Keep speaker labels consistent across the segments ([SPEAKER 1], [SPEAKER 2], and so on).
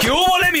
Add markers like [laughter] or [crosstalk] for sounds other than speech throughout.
[SPEAKER 1] ¿Qué hubo, le, mi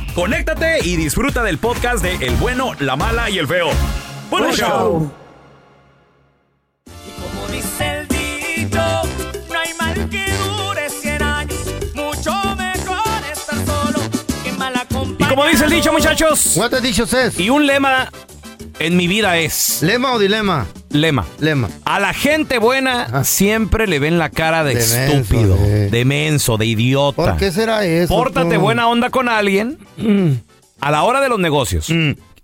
[SPEAKER 1] conéctate y disfruta del podcast de El bueno, la mala y el feo. ¡Buen
[SPEAKER 2] Buen
[SPEAKER 1] show!
[SPEAKER 2] Como dice el dicho, no hay mal que dure 100 años. Mucho mejor estar solo que mal
[SPEAKER 1] Y
[SPEAKER 2] acompañado.
[SPEAKER 1] como dice el dicho, muchachos.
[SPEAKER 3] ¿Cuántos dichos es?
[SPEAKER 1] Y un lema en mi vida es.
[SPEAKER 3] ¿Lema o dilema?
[SPEAKER 1] Lema.
[SPEAKER 3] Lema.
[SPEAKER 1] A la gente buena siempre le ven la cara de,
[SPEAKER 3] De menso,
[SPEAKER 1] estúpido,
[SPEAKER 3] sí.
[SPEAKER 1] de menso, de idiota.
[SPEAKER 3] ¿Por qué será eso?
[SPEAKER 1] Pórtate
[SPEAKER 3] tú?
[SPEAKER 1] buena onda con alguien a la hora de los negocios.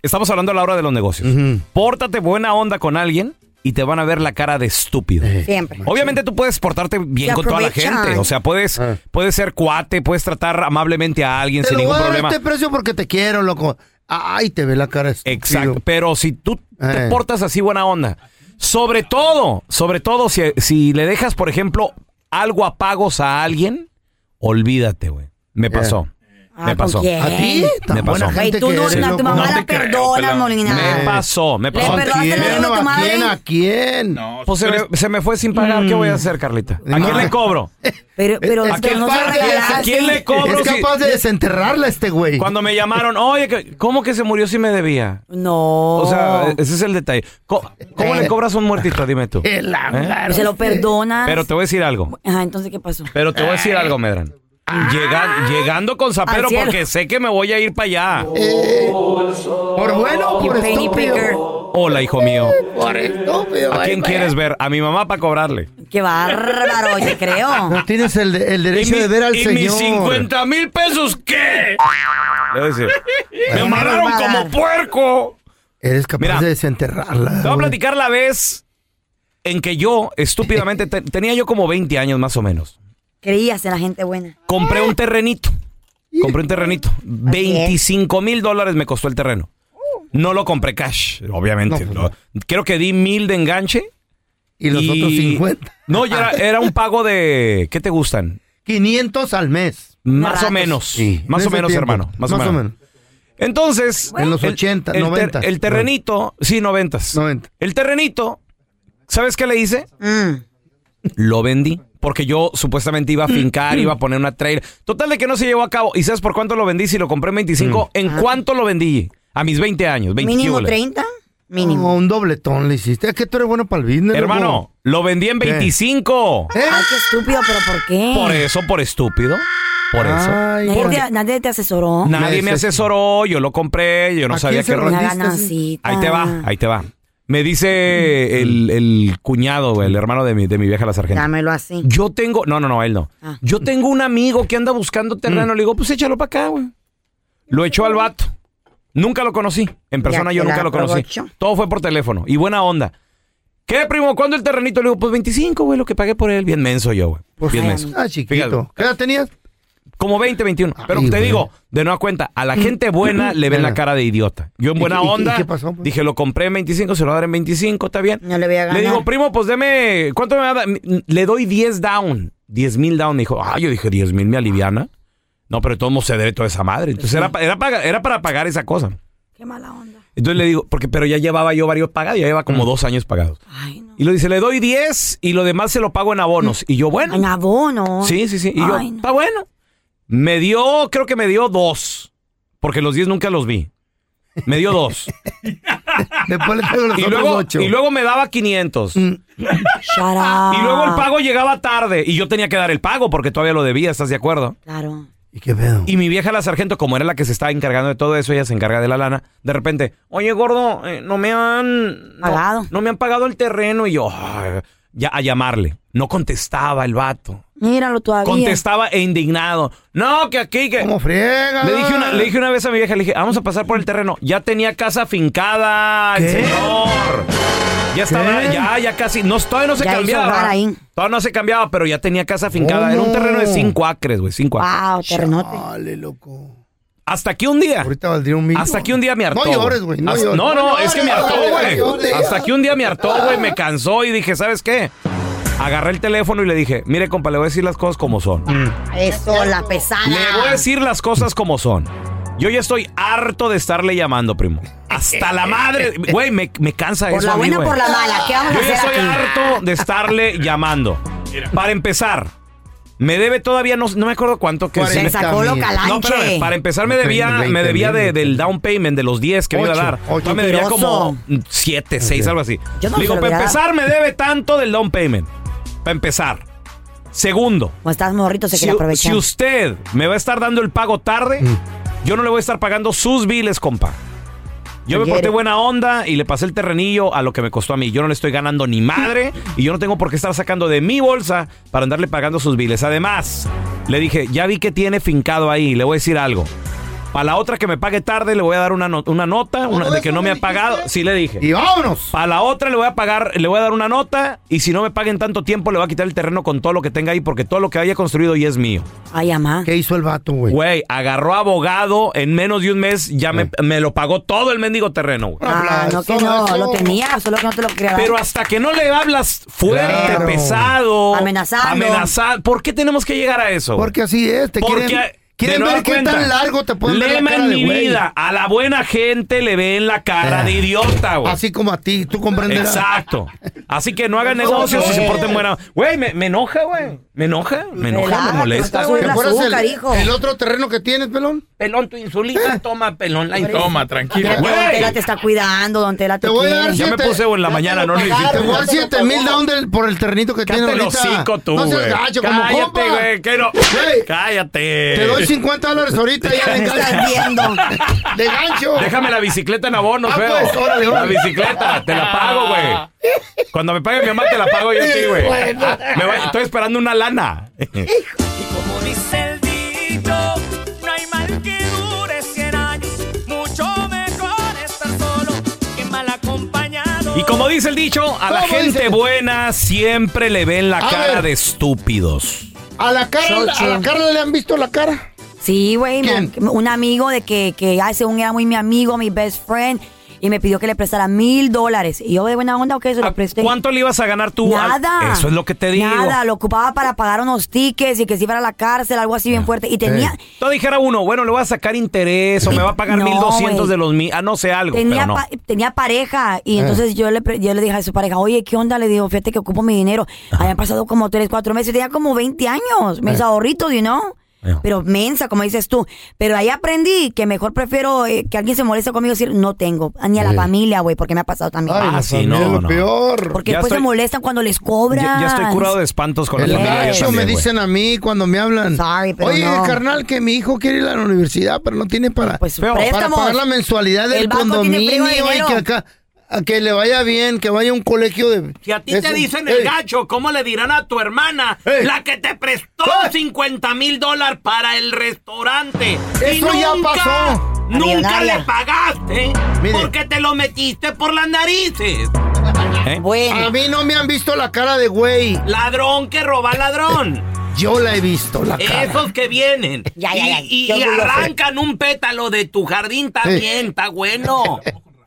[SPEAKER 1] Estamos hablando a la hora de los negocios.
[SPEAKER 3] Mm. Ujú.
[SPEAKER 1] Pórtate buena onda con alguien y te van a ver la cara de estúpido.
[SPEAKER 3] Eh.
[SPEAKER 4] Siempre.
[SPEAKER 1] Obviamente tú puedes portarte bien
[SPEAKER 4] Te
[SPEAKER 1] con toda la
[SPEAKER 4] aprovechan.
[SPEAKER 1] gente. O sea, puedes,
[SPEAKER 3] Ah.
[SPEAKER 1] puedes ser cuate, puedes tratar amablemente a alguien
[SPEAKER 3] Te
[SPEAKER 1] sin
[SPEAKER 3] lo voy
[SPEAKER 1] ningún
[SPEAKER 3] a dar
[SPEAKER 1] problema.
[SPEAKER 3] a este precio porque te quiero, loco. Ay, te ve la cara estúpido.
[SPEAKER 1] Exacto. Pero si tú te
[SPEAKER 3] Eh.
[SPEAKER 1] portas así buena onda, sobre todo, sobre todo si, si le dejas, por ejemplo, algo a pagos a alguien, olvídate, güey. Me
[SPEAKER 3] Yeah.
[SPEAKER 1] pasó.
[SPEAKER 4] Ah,
[SPEAKER 1] Me
[SPEAKER 4] ¿con
[SPEAKER 1] pasó.
[SPEAKER 4] quién?
[SPEAKER 3] ¿A ti? Tan
[SPEAKER 1] Me
[SPEAKER 3] buena
[SPEAKER 1] pasó.
[SPEAKER 4] Güey,
[SPEAKER 3] Eh. gente
[SPEAKER 4] tú
[SPEAKER 3] que
[SPEAKER 4] no,
[SPEAKER 3] eres,
[SPEAKER 4] no, tu
[SPEAKER 3] loco.
[SPEAKER 4] mamá
[SPEAKER 1] No
[SPEAKER 4] la
[SPEAKER 1] te creo,
[SPEAKER 4] perdona,
[SPEAKER 1] pelón.
[SPEAKER 4] Molina.
[SPEAKER 1] Me pasó, me
[SPEAKER 4] Le
[SPEAKER 1] pasó.
[SPEAKER 4] perdonaste el
[SPEAKER 3] ¿Quién?
[SPEAKER 4] dinero a tu
[SPEAKER 3] ¿A
[SPEAKER 4] madre.
[SPEAKER 3] quién? ¿A quién?
[SPEAKER 1] Pues se, me- se me fue sin pagar. ¿Qué voy a hacer, Carlita? ¿A
[SPEAKER 3] Ni
[SPEAKER 1] quién
[SPEAKER 3] modo.
[SPEAKER 1] le cobro?
[SPEAKER 4] Pero, pero,
[SPEAKER 3] Es- es
[SPEAKER 4] pero
[SPEAKER 3] que
[SPEAKER 4] no se
[SPEAKER 3] parte de esa-
[SPEAKER 4] regalaste.
[SPEAKER 1] ¿A quién le cobro?
[SPEAKER 3] Es
[SPEAKER 1] si-
[SPEAKER 3] capaz de desenterrarla este güey.
[SPEAKER 1] cuando me llamaron, oye, que- ¿cómo que se murió si me debía?
[SPEAKER 4] No.
[SPEAKER 1] O sea, ese es el detalle. Co- ¿Cómo, le cobras a un muertito? Dime tú.
[SPEAKER 3] Eh. [laughs] El ángel.
[SPEAKER 4] se lo perdonas.
[SPEAKER 1] ¿Eh? Pero te voy a decir algo.
[SPEAKER 4] Ajá, entonces, ¿qué pasó?
[SPEAKER 1] Pero te voy a decir algo, Medran. Llega- llegando con Zapero
[SPEAKER 4] Al cielo.
[SPEAKER 1] porque sé que me voy a ir para allá.
[SPEAKER 3] ¿Por bueno o por
[SPEAKER 4] You penny picker.
[SPEAKER 3] estúpido?
[SPEAKER 1] Hola, hijo mío.
[SPEAKER 3] Por estúpido.
[SPEAKER 1] ¿A
[SPEAKER 3] ahí
[SPEAKER 1] quién
[SPEAKER 3] va.
[SPEAKER 1] quieres ver? A mi mamá para cobrarle.
[SPEAKER 4] Qué bárbaro, te creo.
[SPEAKER 3] No tienes el, el derecho
[SPEAKER 1] mi-
[SPEAKER 3] de ver al
[SPEAKER 1] y
[SPEAKER 3] señor.
[SPEAKER 1] mis 50 mil pesos qué? Le voy a decir, me
[SPEAKER 3] Bueno,
[SPEAKER 1] mataron
[SPEAKER 3] bárbaro.
[SPEAKER 1] como puerco.
[SPEAKER 3] [clears throat] Eres capaz
[SPEAKER 1] Mira,
[SPEAKER 3] de desenterrarla.
[SPEAKER 1] Te voy a
[SPEAKER 3] güey.
[SPEAKER 1] platicar la vez en que yo, estúpidamente, te- tenía yo como 20 años más o menos.
[SPEAKER 4] Creías en la gente buena.
[SPEAKER 1] Compré un terrenito. Compré un terrenito. 25 mil dólares me costó el terreno. No lo compré cash, obviamente.
[SPEAKER 3] No, pues
[SPEAKER 1] Lo- Creo que di mil de enganche.
[SPEAKER 3] Y los otros 50.
[SPEAKER 1] No, ya era, era
[SPEAKER 4] [laughs]
[SPEAKER 1] un pago de. ¿Qué te gustan?
[SPEAKER 3] 500 al mes.
[SPEAKER 1] Más o
[SPEAKER 4] Baratos.
[SPEAKER 1] menos.
[SPEAKER 3] Sí,
[SPEAKER 1] Más
[SPEAKER 3] en
[SPEAKER 1] o
[SPEAKER 3] ese
[SPEAKER 1] menos,
[SPEAKER 3] tiempo.
[SPEAKER 1] hermano. Más, o menos. Entonces.
[SPEAKER 3] En los
[SPEAKER 1] el-
[SPEAKER 3] 80,
[SPEAKER 1] el ter-
[SPEAKER 3] 90.
[SPEAKER 1] El terrenito. Sí, 90s.
[SPEAKER 3] 90.
[SPEAKER 1] El terrenito. ¿Sabes qué le hice?
[SPEAKER 4] Mm.
[SPEAKER 1] Lo vendí. Porque yo supuestamente iba a fincar, iba a poner una trailer. Total de que no se llevó a cabo. ¿Y sabes por cuánto lo vendí? Si lo compré en 25,
[SPEAKER 3] Mm.
[SPEAKER 1] ¿en cuánto lo vendí? A mis 20 años. 20
[SPEAKER 4] Mínimo
[SPEAKER 1] quíbole.
[SPEAKER 3] ¿Eh?
[SPEAKER 4] 30. Mínimo.
[SPEAKER 3] No, Ah, un dobletón le hiciste. Es que tú eres bueno para el business.
[SPEAKER 1] Hermano, lo vendí en
[SPEAKER 3] ¿Qué?
[SPEAKER 1] 25.
[SPEAKER 3] loco. ¿Eh?
[SPEAKER 4] Ay, qué estúpido, pero ¿por qué?
[SPEAKER 1] Por eso, por estúpido. Por eso.
[SPEAKER 3] Ay,
[SPEAKER 4] Eh. Nadie
[SPEAKER 3] ¿por
[SPEAKER 4] te, nadie te asesoró.
[SPEAKER 1] Nadie me
[SPEAKER 3] Meses.
[SPEAKER 1] asesoró, yo lo compré, yo no
[SPEAKER 3] ¿A
[SPEAKER 1] sabía
[SPEAKER 3] quién se
[SPEAKER 1] qué
[SPEAKER 3] lo Ah.
[SPEAKER 1] rollo.
[SPEAKER 4] Una
[SPEAKER 3] rendiste, sí.
[SPEAKER 4] ganancita.
[SPEAKER 1] Ahí te va, ahí te va. Me
[SPEAKER 3] Mm.
[SPEAKER 1] dice el, el cuñado, güey, el hermano de mi, de mi vieja la sargento.
[SPEAKER 4] Dámelo así.
[SPEAKER 1] Yo tengo, no, no, no, él no.
[SPEAKER 3] Ah.
[SPEAKER 1] Yo tengo un amigo que anda buscando terreno.
[SPEAKER 3] Mm.
[SPEAKER 1] Le digo, pues échalo para acá, güey. Lo echó al vato. Nunca lo conocí. En persona
[SPEAKER 4] te
[SPEAKER 1] yo
[SPEAKER 4] la
[SPEAKER 1] nunca lo conocí.
[SPEAKER 4] aprovechó.
[SPEAKER 1] Todo fue por teléfono. Y buena onda. ¿Qué, primo? ¿Cuándo el terrenito? Le digo, pues 25, güey, lo que pagué por él. Bien menso yo, güey. Bien
[SPEAKER 4] favor.
[SPEAKER 1] menso.
[SPEAKER 3] Ah, chiquito.
[SPEAKER 1] Fíjate.
[SPEAKER 3] ¿Qué edad tenías?
[SPEAKER 1] Como 20, 21. Pero
[SPEAKER 3] Ay,
[SPEAKER 1] te
[SPEAKER 3] güey. Mm.
[SPEAKER 1] digo, de nueva cuenta, a la gente buena le ven la cara de idiota. Yo en
[SPEAKER 3] ¿Y
[SPEAKER 1] buena
[SPEAKER 3] qué- y qué-
[SPEAKER 1] onda
[SPEAKER 3] y qué pasó, pues?
[SPEAKER 1] dije, lo compré en 25, se lo daré en 25, está bien.
[SPEAKER 4] No le voy a ganar.
[SPEAKER 1] Le digo, primo, pues deme, ¿cuánto me va a dar? Le doy 10 down, 10 mil down. Me dijo, ah, yo dije, 10 mil me aliviana. No, pero de todos modos se debe toda esa madre. Entonces era, pa- era, para, era para pagar esa cosa.
[SPEAKER 4] Qué mala onda.
[SPEAKER 1] Entonces le digo, porque, pero ya llevaba yo varios pagados, ya lleva
[SPEAKER 3] Ah.
[SPEAKER 1] como dos años pagados.
[SPEAKER 4] Ay, no. Mm.
[SPEAKER 1] Y lo dice, le doy 10 y lo demás se lo pago en abonos. Y yo, bueno.
[SPEAKER 4] En abono.
[SPEAKER 1] Sí, sí, sí. Y yo,
[SPEAKER 4] Ay, no.
[SPEAKER 1] está bueno. Me dio, creo que me dio dos. Porque los 10 nunca los vi. Me dio dos.
[SPEAKER 3] [laughs] Después le traigo los
[SPEAKER 1] y,
[SPEAKER 3] otros
[SPEAKER 1] luego,
[SPEAKER 3] ocho. Mm.
[SPEAKER 1] y luego me daba 500.
[SPEAKER 4] Shut up.
[SPEAKER 1] Y luego el pago llegaba tarde. Y yo tenía que dar el pago porque todavía lo debía, ¿estás de acuerdo?
[SPEAKER 4] Claro.
[SPEAKER 3] ¿Y qué pedo?
[SPEAKER 1] Y mi vieja la sargento, como era la que se estaba encargando de todo eso, ella se encarga de la lana. De repente, oye, gordo, eh, no me han... no-
[SPEAKER 4] Pagado.
[SPEAKER 1] No, me han pagado el terreno. Y yo, "Ay", ya a llamarle. No contestaba el vato.
[SPEAKER 4] Míralo todavía.
[SPEAKER 1] Contestaba e indignado. No, que aquí, que...
[SPEAKER 3] ¿Cómo friega?
[SPEAKER 1] Le dije, una, le dije una vez a mi vieja, le dije, vamos a pasar por el terreno. Ya tenía casa fincada, el
[SPEAKER 3] ¿Qué?
[SPEAKER 1] señor. Ya estaba,
[SPEAKER 3] ¿Qué?
[SPEAKER 1] ya, ya casi. No, todavía no se
[SPEAKER 4] Ya hizo hogar
[SPEAKER 1] cambiaba.
[SPEAKER 4] ahí.
[SPEAKER 1] Todavía no se cambiaba, pero ya tenía casa fincada. Era un
[SPEAKER 3] ¿Cómo?
[SPEAKER 1] terreno de cinco acres, güey, cinco acres.
[SPEAKER 4] Wow, terrenote.
[SPEAKER 3] Dale, loco.
[SPEAKER 1] Hasta aquí un día.
[SPEAKER 3] Ahorita valdría un millón.
[SPEAKER 1] Hasta aquí un día me hartó.
[SPEAKER 3] No llores, güey. No,
[SPEAKER 1] Hasta-
[SPEAKER 3] llores.
[SPEAKER 1] no, no, es que me hartó,
[SPEAKER 3] llores,
[SPEAKER 1] güey. Hasta aquí un día me hartó, güey. Me cansó y dije, ¿sabes qué? Agarré el teléfono y le dije, mire, compa, le voy a decir las cosas como son.
[SPEAKER 3] Mm.
[SPEAKER 4] Eso, la pesada.
[SPEAKER 1] Le
[SPEAKER 3] Ah.
[SPEAKER 1] voy a decir las cosas como son. Yo ya estoy harto de estarle llamando, primo. Hasta la madre. Güey, me, me cansa
[SPEAKER 4] Por
[SPEAKER 1] eso.
[SPEAKER 4] la
[SPEAKER 1] a mí,
[SPEAKER 4] buena,
[SPEAKER 1] güey.
[SPEAKER 4] por la mala. ¿Qué vamos
[SPEAKER 1] Yo
[SPEAKER 4] a
[SPEAKER 1] ya
[SPEAKER 4] hacer
[SPEAKER 1] estoy
[SPEAKER 4] aquí?
[SPEAKER 1] harto
[SPEAKER 3] [laughs]
[SPEAKER 1] de estarle llamando. Para empezar, me debe todavía, no, no me acuerdo cuánto que
[SPEAKER 4] Se
[SPEAKER 1] me-
[SPEAKER 3] Cuarenta
[SPEAKER 4] sacó lo
[SPEAKER 3] mil.
[SPEAKER 1] No,
[SPEAKER 4] calanche.
[SPEAKER 1] espérame, para empezar me debía,
[SPEAKER 3] Veinte,
[SPEAKER 1] me debía de-
[SPEAKER 3] veinte.
[SPEAKER 1] del down payment de los 10 que me iba a
[SPEAKER 3] Ocho,
[SPEAKER 1] dar.
[SPEAKER 3] ocho.
[SPEAKER 1] Entonces me debía
[SPEAKER 4] Mentiroso.
[SPEAKER 1] como 7, 6, algo así.
[SPEAKER 4] Yo no
[SPEAKER 1] Le digo,
[SPEAKER 4] se
[SPEAKER 1] para
[SPEAKER 4] lo hubiera-
[SPEAKER 1] empezar me debe tanto del down payment. Para empezar. Segundo,
[SPEAKER 4] [laughs] Como estás morrito, se
[SPEAKER 1] si,
[SPEAKER 4] quiere aprovechar.
[SPEAKER 1] si usted me va a estar dando el pago tarde, yo no le voy a estar pagando sus biles, compa. Yo me
[SPEAKER 4] Ayer.
[SPEAKER 1] porté buena onda y le pasé el terrenillo a lo que me costó a mí. Yo no le estoy ganando ni madre y yo no tengo por qué estar sacando de mi bolsa para andarle pagando sus biles. Además, le dije, ya vi que tiene fincado ahí, le voy a decir algo. A la otra que me pague tarde le voy a dar una, no- una nota una- de que no me ha pagado. Sí le dije.
[SPEAKER 3] Y vámonos.
[SPEAKER 1] A la otra le voy a pagar, le voy a dar una nota y si no me paguen tanto tiempo le voy a quitar el terreno con todo lo que tenga ahí porque todo lo que haya construido ya es mío.
[SPEAKER 4] Ay, amá.
[SPEAKER 3] ¿Qué hizo el vato, güey?
[SPEAKER 1] Güey, agarró abogado en menos de un mes, ya me, me lo pagó todo el mendigo terreno, güey.
[SPEAKER 4] Ah, no, que no. Lo tenía, solo que no te lo quería dar.
[SPEAKER 1] Pero hasta que no le hablas fuerte,
[SPEAKER 3] Claro.
[SPEAKER 1] pesado,
[SPEAKER 4] Amenazando.
[SPEAKER 1] amenazado, ¿por qué tenemos que llegar a eso?
[SPEAKER 3] Ah, Porque así es. Te
[SPEAKER 1] Porque,
[SPEAKER 3] quieren,
[SPEAKER 1] de
[SPEAKER 3] quieren
[SPEAKER 1] nueva
[SPEAKER 3] ver qué
[SPEAKER 1] cuenta,
[SPEAKER 3] tan largo te pueden ver la
[SPEAKER 1] lema
[SPEAKER 3] cara
[SPEAKER 1] en
[SPEAKER 3] de
[SPEAKER 1] mi
[SPEAKER 3] güey.
[SPEAKER 1] vida, a la buena gente le ven la cara
[SPEAKER 3] Ah.
[SPEAKER 1] de idiota, güey.
[SPEAKER 3] Así como a ti. Tú comprenderás.
[SPEAKER 1] Exacto. Así que no hagan negocios si se porten buena. Güey, me, me enoja, güey. Me enoja, Uh, me enoja, me
[SPEAKER 4] Relájate,
[SPEAKER 1] molesta,
[SPEAKER 4] no te
[SPEAKER 1] güey.
[SPEAKER 3] ¿Te
[SPEAKER 4] El
[SPEAKER 3] acuerdas
[SPEAKER 4] azúcar,
[SPEAKER 3] el,
[SPEAKER 4] hijo.
[SPEAKER 3] el otro terreno que tienes, pelón? Eh,
[SPEAKER 1] Pelón, tu insulina, toma, pelón, la
[SPEAKER 4] Toma,
[SPEAKER 1] tranquilo.
[SPEAKER 4] Don Tela te está cuidando, Don Tela
[SPEAKER 3] Te
[SPEAKER 4] te,
[SPEAKER 3] voy a dar
[SPEAKER 4] quiere.
[SPEAKER 1] Ya me
[SPEAKER 3] Siete.
[SPEAKER 1] puse en la mañana, no
[SPEAKER 3] Te
[SPEAKER 1] necesito.
[SPEAKER 3] voy a dar 7 mil down del- por el terrenito que tienes
[SPEAKER 1] Cállate el
[SPEAKER 3] ahorita.
[SPEAKER 1] hocico tú,
[SPEAKER 3] no seas
[SPEAKER 1] güey.
[SPEAKER 3] gacho, como
[SPEAKER 1] Cállate,
[SPEAKER 3] compa.
[SPEAKER 1] güey, que no.
[SPEAKER 3] Güey.
[SPEAKER 1] Cállate.
[SPEAKER 3] Te doy 50 dólares ahorita ya de
[SPEAKER 4] Estás
[SPEAKER 3] gancho.
[SPEAKER 4] viendo.
[SPEAKER 3] [laughs] De gancho.
[SPEAKER 1] Déjame la bicicleta en abono,
[SPEAKER 3] Ah,
[SPEAKER 1] feo.
[SPEAKER 3] pues, órale,
[SPEAKER 1] La
[SPEAKER 3] órale.
[SPEAKER 1] bicicleta, te la pago, güey. Cuando me pague mi mamá, te la pago yo a ti, güey. Me va- Estoy esperando una lana.
[SPEAKER 2] Como dice el dicho, no hay mal que dure 100 años. Mucho mejor estar solo que mal acompañado.
[SPEAKER 1] Y como dice el dicho, a la
[SPEAKER 3] ¿Cómo
[SPEAKER 1] gente
[SPEAKER 3] dice?
[SPEAKER 1] buena siempre le ven la
[SPEAKER 3] A
[SPEAKER 1] cara
[SPEAKER 3] ver.
[SPEAKER 1] de estúpidos.
[SPEAKER 3] A la Carla, a la Carla le han visto la cara.
[SPEAKER 4] Sí, güey. me-
[SPEAKER 3] ¿Quién?
[SPEAKER 4] Un amigo de que, que hace un era muy mi amigo, mi best friend, y me pidió que le prestara mil dólares. Y yo de buena onda, ok, se
[SPEAKER 1] ¿A
[SPEAKER 4] lo presté.
[SPEAKER 1] Ah, ¿Cuánto le ibas a ganar tú? Al-
[SPEAKER 4] Este, Nada.
[SPEAKER 1] Eso es lo que te digo.
[SPEAKER 4] Nada, lo ocupaba para pagar unos tickets y que si fuera a la cárcel, algo así bien fuerte. Y tenía,
[SPEAKER 1] No dijera uno, bueno, le voy a sacar interés o me va a pagar
[SPEAKER 4] No,
[SPEAKER 1] 1200
[SPEAKER 4] güey.
[SPEAKER 1] de los mil. Ah, no sé algo.
[SPEAKER 4] tenía,
[SPEAKER 1] pero no. Eh.
[SPEAKER 4] pa- tenía pareja. Y entonces yo le, pre- yo le dije a su pareja, oye, ¿qué onda? Le digo, fíjate que ocupo mi dinero. Habían pasado como tres, cuatro meses. Tenía como 20 años.
[SPEAKER 1] Eh.
[SPEAKER 4] Mis ahorritos, you know.
[SPEAKER 1] Ajá.
[SPEAKER 4] Pero mensa, como dices tú. Pero ahí aprendí que mejor prefiero eh, que alguien se moleste conmigo y decir, no tengo. Ni a la familia, güey, porque me ha pasado también.
[SPEAKER 3] Ay,
[SPEAKER 1] Ah,
[SPEAKER 3] la
[SPEAKER 1] sí,
[SPEAKER 3] familia
[SPEAKER 1] no,
[SPEAKER 3] es lo
[SPEAKER 1] no.
[SPEAKER 3] peor.
[SPEAKER 4] Porque
[SPEAKER 1] Ya
[SPEAKER 4] después
[SPEAKER 1] estoy-
[SPEAKER 4] se molestan cuando les cobran.
[SPEAKER 1] Ya, ya estoy curado de espantos con
[SPEAKER 3] El
[SPEAKER 1] la familia. yo
[SPEAKER 3] gacho
[SPEAKER 1] también,
[SPEAKER 3] me
[SPEAKER 1] güey.
[SPEAKER 3] dicen a mí cuando me hablan.
[SPEAKER 4] Sorry, pero
[SPEAKER 3] Oye,
[SPEAKER 4] no.
[SPEAKER 3] carnal, que mi hijo quiere ir a la universidad, pero no tiene para,
[SPEAKER 4] Pues
[SPEAKER 1] Feo,
[SPEAKER 3] para
[SPEAKER 4] préstamos.
[SPEAKER 3] pagar la mensualidad
[SPEAKER 4] El
[SPEAKER 3] del
[SPEAKER 4] banco tiene frío de
[SPEAKER 3] condominio y
[SPEAKER 4] dinero.
[SPEAKER 3] que acá. a que le vaya bien, que vaya a un colegio de...
[SPEAKER 5] Si a ti te dicen el gacho, ¿cómo le dirán a tu hermana?
[SPEAKER 3] Ey.
[SPEAKER 5] La que te prestó 50 mil dólares para el restaurante. y
[SPEAKER 3] Eso
[SPEAKER 5] nunca,
[SPEAKER 3] ya pasó.
[SPEAKER 5] Nunca
[SPEAKER 4] Millonaria.
[SPEAKER 5] le pagaste
[SPEAKER 3] Mire.
[SPEAKER 5] porque te lo metiste por las narices.
[SPEAKER 3] A
[SPEAKER 1] ¿Eh?
[SPEAKER 4] Bueno,
[SPEAKER 3] mí no me han visto la cara de güey.
[SPEAKER 5] Ladrón que roba ladrón.
[SPEAKER 3] Yo la he visto, la cara.
[SPEAKER 5] Esos que vienen.
[SPEAKER 4] Ya, ya, ya.
[SPEAKER 5] Y, y-
[SPEAKER 4] Qué
[SPEAKER 5] y
[SPEAKER 4] orgulloso.
[SPEAKER 5] arrancan un pétalo de tu jardín también, está bueno.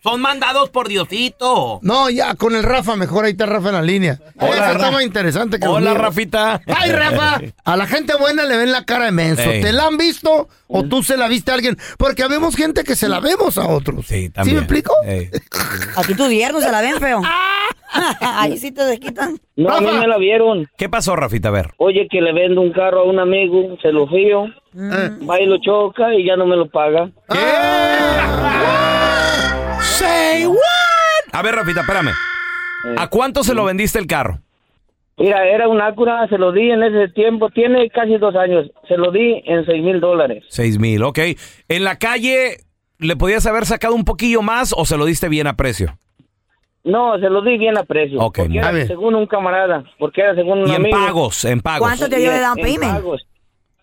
[SPEAKER 5] Son mandados por Diosito.
[SPEAKER 3] No, ya, con el Rafa, mejor ahí está Rafa en la línea. Ese
[SPEAKER 1] Ra-
[SPEAKER 3] está más interesante que los
[SPEAKER 1] Hola,
[SPEAKER 3] míos.
[SPEAKER 1] Rafita.
[SPEAKER 3] ¡Ay, Rafa! A la gente buena le ven la cara de menso.
[SPEAKER 1] Ey.
[SPEAKER 3] ¿Te la han visto o tú se la viste a alguien? Porque habemos gente que se la vemos a otros.
[SPEAKER 1] Sí, también.
[SPEAKER 3] me explico?
[SPEAKER 5] Eh.
[SPEAKER 1] Ey.
[SPEAKER 4] aquí tu viernes se la ven
[SPEAKER 1] [laughs]
[SPEAKER 4] feo. Ahí sí te desquitan.
[SPEAKER 6] No, a
[SPEAKER 3] [laughs]
[SPEAKER 6] mí
[SPEAKER 3] Rafa.
[SPEAKER 6] me la vieron.
[SPEAKER 1] ¿Qué pasó, Rafita? A ver.
[SPEAKER 6] Oye, que le vendo un carro a un amigo, se lo fío,
[SPEAKER 3] Eh.
[SPEAKER 6] va y lo choca y ya no me lo paga.
[SPEAKER 1] Ah. Say what? A ver, Rafita, espérame. ¿A cuánto se lo vendiste el carro?
[SPEAKER 6] Mira, era un Acura, se lo di en ese tiempo, tiene casi dos años, se lo di en seis mil dólares.
[SPEAKER 1] Seis mil, ok. ¿En la calle le podías haber sacado un poquillo más o se lo diste bien a precio?
[SPEAKER 6] No, se lo di bien a precio.
[SPEAKER 1] Ok,
[SPEAKER 6] porque
[SPEAKER 1] a
[SPEAKER 6] era
[SPEAKER 3] ver.
[SPEAKER 6] según un camarada, porque era según un
[SPEAKER 1] Y en
[SPEAKER 6] amigo.
[SPEAKER 1] pagos, eh, en pagos.
[SPEAKER 4] ¿Cuánto te dio de down
[SPEAKER 6] En
[SPEAKER 4] payment?
[SPEAKER 6] pagos.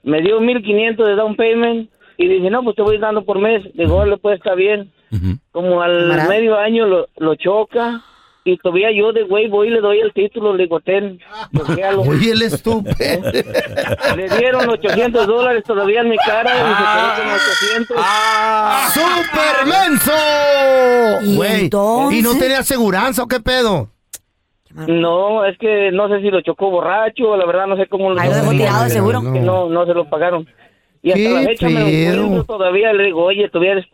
[SPEAKER 6] Me dio 1500 de down payment y dije, no, pues te voy dando por mes. Digo, órale, pues está bien.
[SPEAKER 1] Ujú.
[SPEAKER 6] Como al
[SPEAKER 4] Camarada.
[SPEAKER 6] medio año lo, lo choca y todavía yo de güey voy y le doy el título, le digo, ten,
[SPEAKER 3] [laughs]
[SPEAKER 6] bloquéalo.
[SPEAKER 3] Oye, el estúpido.
[SPEAKER 6] Le dieron 800 dólares todavía en mi cara y se quedó con 800.
[SPEAKER 3] [laughs] ¡Súper menso!
[SPEAKER 4] ¿Y
[SPEAKER 3] Güey,
[SPEAKER 4] entonces?
[SPEAKER 3] ¿Y no tenía aseguranza o qué pedo?
[SPEAKER 6] No, es que no sé si lo chocó borracho, la verdad no sé cómo lo
[SPEAKER 4] Ahí lo dejó
[SPEAKER 6] chocó.
[SPEAKER 4] tirado, seguro.
[SPEAKER 6] Que no, no se lo pagaron. Y hasta
[SPEAKER 3] Qué
[SPEAKER 6] la fecha me lo
[SPEAKER 3] pedo.
[SPEAKER 6] encuentro todavía, le digo, oye, todavía eres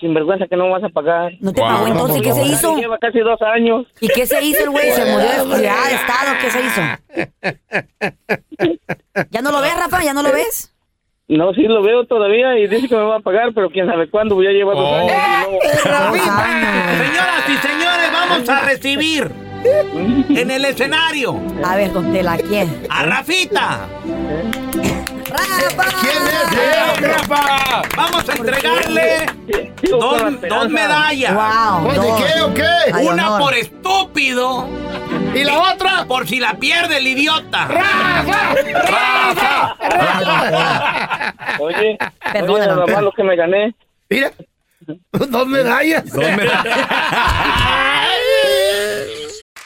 [SPEAKER 6] sinvergüenza que no vas a pagar.
[SPEAKER 4] ¿No te pagó entonces? ¿Qué se hizo?
[SPEAKER 6] Lleva casi dos años.
[SPEAKER 4] ¿Y qué se hizo el güey? ¿Se murió
[SPEAKER 6] [laughs]
[SPEAKER 4] de oscuridad de estado? ¿Qué se hizo? ¿Ya no lo ves, Rafa? ¿Ya no
[SPEAKER 1] Eh.
[SPEAKER 4] lo ves?
[SPEAKER 6] No, sí lo veo todavía y dice que me va a pagar, pero quién sabe cuándo, ya lleva dos años.
[SPEAKER 1] Eh,
[SPEAKER 6] y no.
[SPEAKER 4] Dos años.
[SPEAKER 5] Señoras y señores, vamos a recibir en el escenario
[SPEAKER 4] A ver, don Tela, ¿quién?
[SPEAKER 5] a Rafita.
[SPEAKER 4] ¡Rafa!
[SPEAKER 3] ¿Quién es?
[SPEAKER 5] Vamos a entregarle
[SPEAKER 6] Sigo con la
[SPEAKER 5] dos,
[SPEAKER 6] esperanza.
[SPEAKER 5] dos medallas.
[SPEAKER 4] ¡Wow!
[SPEAKER 3] Pues,
[SPEAKER 4] dos.
[SPEAKER 3] ¿De qué o qué?
[SPEAKER 4] Ay,
[SPEAKER 5] Una
[SPEAKER 4] honor.
[SPEAKER 5] por estúpido,
[SPEAKER 3] ¿Y la otra?
[SPEAKER 5] por si la pierde el idiota.
[SPEAKER 6] Oye,
[SPEAKER 4] Perdónalo.
[SPEAKER 6] oye, nada más lo que me gané.
[SPEAKER 3] Mira, dos medallas.
[SPEAKER 7] [laughs]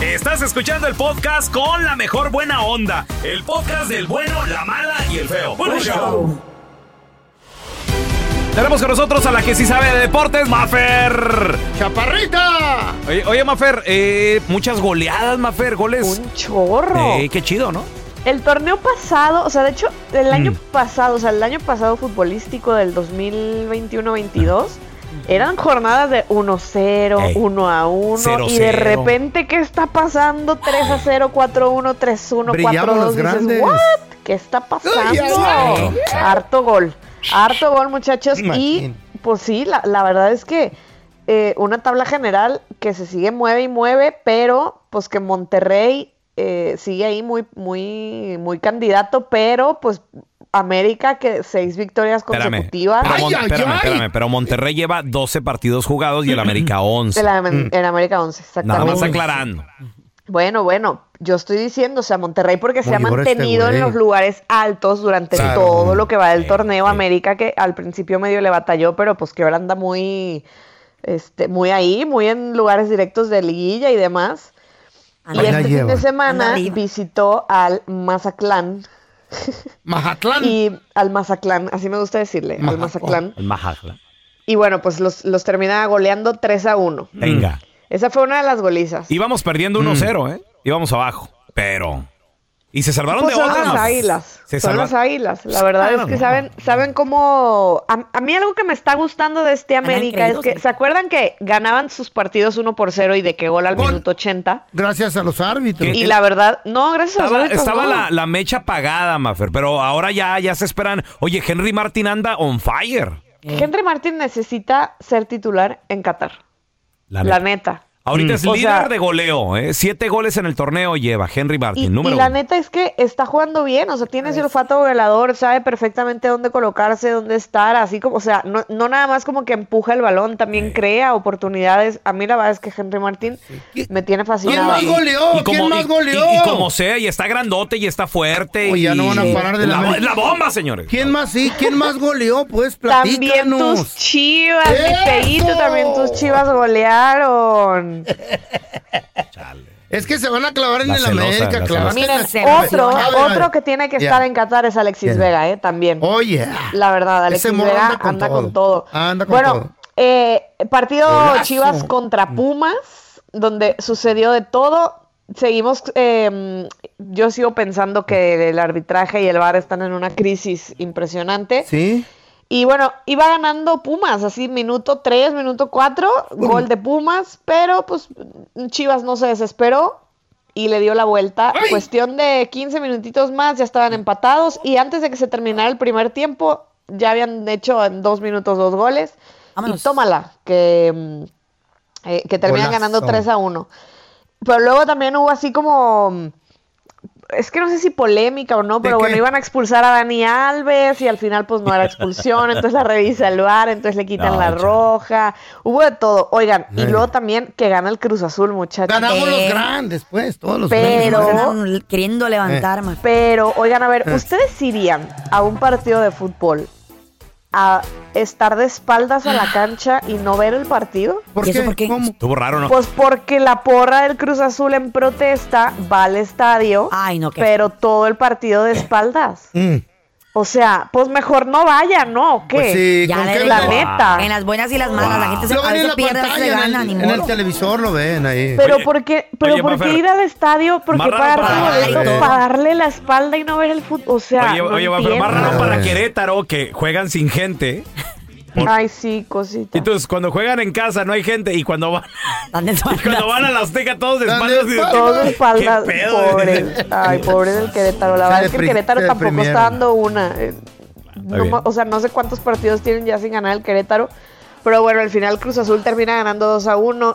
[SPEAKER 1] Estás escuchando el podcast con la mejor buena onda. El podcast del bueno, la mala y el feo. Bueno, show. Tenemos con nosotros a la que sí sabe de deportes, Mafer.
[SPEAKER 3] ¡Chaparrita!
[SPEAKER 1] Oye, oye, Mafer, eh, muchas goleadas, Mafer, goles.
[SPEAKER 8] Un chorro.
[SPEAKER 1] Eh, qué chido, ¿no?
[SPEAKER 8] El torneo pasado, o sea, de hecho,
[SPEAKER 3] Mm.
[SPEAKER 8] el año pasado, o sea, el año pasado futbolístico del 2021-22,
[SPEAKER 3] Mm.
[SPEAKER 8] eran jornadas de 1-0,
[SPEAKER 1] Ey.
[SPEAKER 8] 1-1, y de
[SPEAKER 1] 0-0.
[SPEAKER 8] repente, ¿qué está pasando? 3-0, 4-1, 3-1,
[SPEAKER 3] Brillaban
[SPEAKER 8] 4-2,
[SPEAKER 3] los
[SPEAKER 8] dices,
[SPEAKER 3] grandes.
[SPEAKER 8] ¿what? ¿Qué está
[SPEAKER 3] Ay, ay,
[SPEAKER 8] pasando? Harto gol, harto gol, muchachos, y
[SPEAKER 3] Imagín.
[SPEAKER 8] pues sí, la, la verdad es que eh, una tabla general que se sigue mueve y mueve, pero pues que Monterrey eh, sigue ahí muy, muy, muy candidato, pero pues América que seis victorias
[SPEAKER 1] Espérame,
[SPEAKER 8] consecutivas.
[SPEAKER 1] pero Mon- espérame, espérame, pero Monterrey lleva 12 partidos jugados y el
[SPEAKER 8] [laughs]
[SPEAKER 1] América 11.
[SPEAKER 8] El Am- el América 11,
[SPEAKER 1] Mm. Nada
[SPEAKER 8] exactamente.
[SPEAKER 1] más aclarando.
[SPEAKER 8] Bueno, bueno, yo estoy diciendo, o sea, Monterrey porque se
[SPEAKER 1] Oye,
[SPEAKER 8] ha
[SPEAKER 1] ahora este
[SPEAKER 8] mantenido en
[SPEAKER 1] güey.
[SPEAKER 8] los lugares altos durante
[SPEAKER 1] Claro.
[SPEAKER 8] todo lo que va del torneo América, que al principio medio le batalló, pero pues que ahora anda muy, este, muy ahí, muy en lugares directos de liguilla y demás.
[SPEAKER 3] Anda
[SPEAKER 8] y este fin
[SPEAKER 3] lleva.
[SPEAKER 8] de semana
[SPEAKER 3] Anda arriba.
[SPEAKER 8] visitó al Mazatlán.
[SPEAKER 3] Mazatlán.
[SPEAKER 8] Y al Mazatlán, así me gusta decirle, al Mazatlán.
[SPEAKER 1] El Majatla.
[SPEAKER 8] Y bueno, pues los, los termina goleando 3 a 1.
[SPEAKER 1] Venga.
[SPEAKER 8] Esa fue una de las golizas.
[SPEAKER 1] Íbamos perdiendo
[SPEAKER 8] Mm.
[SPEAKER 1] 1-0, ¿eh? Íbamos abajo. Pero. Y se salvaron
[SPEAKER 8] Pues
[SPEAKER 1] de
[SPEAKER 8] son
[SPEAKER 1] otra.
[SPEAKER 8] las águilas.
[SPEAKER 1] Se
[SPEAKER 8] son
[SPEAKER 1] salva-
[SPEAKER 8] las águilas. La verdad
[SPEAKER 1] Claro,
[SPEAKER 8] es que
[SPEAKER 1] no.
[SPEAKER 8] saben, saben cómo. A, a mí algo que me está gustando de este América es que, ¿se acuerdan que ganaban sus partidos 1 por 0 y de que gol al minuto 80?
[SPEAKER 3] Gracias a los árbitros.
[SPEAKER 8] Y la verdad, no, gracias a
[SPEAKER 1] Estaba,
[SPEAKER 8] los árbitros,
[SPEAKER 1] estaba
[SPEAKER 8] no.
[SPEAKER 1] la, la mecha apagada, Mafer, pero ahora ya, ya se esperan. Oye, Henry Martin anda on fire.
[SPEAKER 8] Henry Martín necesita ser titular en Qatar. La,
[SPEAKER 1] Ahorita
[SPEAKER 8] neta.
[SPEAKER 1] es
[SPEAKER 8] Mm. O
[SPEAKER 1] líder
[SPEAKER 8] sea,
[SPEAKER 1] de goleo, ¿eh? Siete goles en el torneo lleva Henry Martin,
[SPEAKER 8] Y,
[SPEAKER 1] número
[SPEAKER 8] y la
[SPEAKER 1] uno.
[SPEAKER 8] neta es que está jugando bien, o sea, tiene ese olfato velador, sabe perfectamente dónde colocarse, dónde estar, así como, o sea, no, no nada más como que empuja el balón, también crea oportunidades. A mí la verdad es que Henry Martín me tiene fascinado.
[SPEAKER 3] Oh,
[SPEAKER 1] Y como- y- Y, y como sea, y está grandote y está fuerte.
[SPEAKER 3] Oye,
[SPEAKER 1] y,
[SPEAKER 3] ya no van a parar de la-
[SPEAKER 1] bo- la bomba, señores.
[SPEAKER 3] ¿Quién más sí? ¿Quién más goleó? Pues
[SPEAKER 8] También
[SPEAKER 3] platícanos.
[SPEAKER 8] tus chivas, mi peito, también tus chivas
[SPEAKER 3] [laughs]
[SPEAKER 8] golearon.
[SPEAKER 3] Es que se van a clavar en
[SPEAKER 1] La
[SPEAKER 3] el
[SPEAKER 1] celosa,
[SPEAKER 3] América,
[SPEAKER 1] la
[SPEAKER 3] claro.
[SPEAKER 1] celosa.
[SPEAKER 8] Miren,
[SPEAKER 3] Celosa.
[SPEAKER 8] otro,
[SPEAKER 3] A ver, a ver. Oh,
[SPEAKER 8] otro que tiene que
[SPEAKER 3] Ya.
[SPEAKER 8] estar en Qatar es Alexis
[SPEAKER 3] Ya.
[SPEAKER 8] Vega, ¿eh? También.
[SPEAKER 3] Oye.
[SPEAKER 8] La verdad, Alexis
[SPEAKER 3] Ese morro
[SPEAKER 8] Vega
[SPEAKER 3] anda
[SPEAKER 8] anda
[SPEAKER 3] con
[SPEAKER 8] con,
[SPEAKER 3] todo.
[SPEAKER 8] todo.
[SPEAKER 3] Anda con
[SPEAKER 8] bueno,
[SPEAKER 3] todo.
[SPEAKER 8] eh, partido
[SPEAKER 3] Golazo. Mm.
[SPEAKER 8] Chivas contra Pumas, donde sucedió de todo. Seguimos, eh, yo sigo pensando que el arbitraje y el VAR están en una crisis impresionante.
[SPEAKER 3] Sí.
[SPEAKER 8] Y bueno, iba ganando Pumas, así minuto 3, minuto 4, gol de Pumas, pero pues Chivas no se desesperó y le dio la vuelta. Cuestión de 15 minutitos más, ya estaban empatados y antes de que se terminara el primer tiempo, ya habían hecho en dos minutos dos goles. Y tómala, que, mm, eh, que terminan
[SPEAKER 9] Golazo.
[SPEAKER 8] ganando 3 a 1. Pero luego también hubo así como... mm, Es que no sé si polémica o no, pero bueno,
[SPEAKER 9] qué?
[SPEAKER 8] iban a expulsar a Dani Alves y al final pues no era
[SPEAKER 9] [laughs]
[SPEAKER 8] expulsión, entonces la revisa el bar, entonces le quitan
[SPEAKER 9] No,
[SPEAKER 8] la
[SPEAKER 9] chale.
[SPEAKER 8] roja, hubo de todo. Oigan, y
[SPEAKER 3] Ay.
[SPEAKER 8] luego también que gana el Cruz Azul, muchachos.
[SPEAKER 3] Ganamos los grandes, pues, todos los grandes.
[SPEAKER 8] Pero
[SPEAKER 4] queriendo levantar más.
[SPEAKER 8] Pero oigan, a ver,
[SPEAKER 3] Eh.
[SPEAKER 8] ¿ustedes irían a un partido de fútbol a estar de
[SPEAKER 4] [gasps]
[SPEAKER 8] espaldas a la cancha y no ver el partido?
[SPEAKER 3] ¿Por qué? ¿Cómo?
[SPEAKER 1] Estuvo raro, ¿no?
[SPEAKER 8] Pues porque la porra del Cruz Azul en protesta va al estadio, pero todo el partido de espaldas. O sea, pues mejor no vayan, ¿no? ¿Qué?
[SPEAKER 3] Eh. Mm. Pues sí, Ya ¿con le qué
[SPEAKER 8] la
[SPEAKER 3] ven?
[SPEAKER 8] neta.
[SPEAKER 4] En las buenas y las malas, la gente se,
[SPEAKER 3] Lo
[SPEAKER 4] a
[SPEAKER 3] ven en
[SPEAKER 4] veces
[SPEAKER 3] la
[SPEAKER 4] pierde, a veces
[SPEAKER 3] pantalla, en
[SPEAKER 4] gana,
[SPEAKER 3] el,
[SPEAKER 4] ni
[SPEAKER 3] en el
[SPEAKER 4] modo.
[SPEAKER 3] televisor lo ven ahí.
[SPEAKER 8] Pero ¿por qué, pero
[SPEAKER 3] oye,
[SPEAKER 8] por qué
[SPEAKER 3] Mafer.
[SPEAKER 8] ir al estadio? Porque
[SPEAKER 3] Más raro
[SPEAKER 8] pagar
[SPEAKER 3] para ¿eh?
[SPEAKER 8] tu boleto,
[SPEAKER 3] darle.
[SPEAKER 8] para darle la espalda y no ver el fútbol. O sea,
[SPEAKER 1] Oye,
[SPEAKER 8] no
[SPEAKER 1] oye, va, pero
[SPEAKER 8] entiendo.
[SPEAKER 1] más raro para
[SPEAKER 3] Ah.
[SPEAKER 1] Querétaro que juegan sin gente.
[SPEAKER 8] Ay, sí, cosita.
[SPEAKER 1] Entonces, cuando juegan en casa no hay gente y cuando van, [laughs] y cuando van a la Azteca todos de
[SPEAKER 8] Están
[SPEAKER 1] espaldas. y-
[SPEAKER 8] Todos de espaldas,
[SPEAKER 1] ¿Qué pedo? [laughs]
[SPEAKER 8] pobre. Ay, pobre del Querétaro. La verdad
[SPEAKER 1] Se
[SPEAKER 8] es que el
[SPEAKER 1] depri-
[SPEAKER 8] Querétaro
[SPEAKER 1] se
[SPEAKER 8] tampoco
[SPEAKER 1] deprimieron.
[SPEAKER 8] está dando una. Eh, no
[SPEAKER 1] bien.
[SPEAKER 8] ma- o sea, no sé cuántos partidos tienen ya sin ganar el Querétaro. Pero bueno, al final Cruz Azul termina ganando 2 a 1.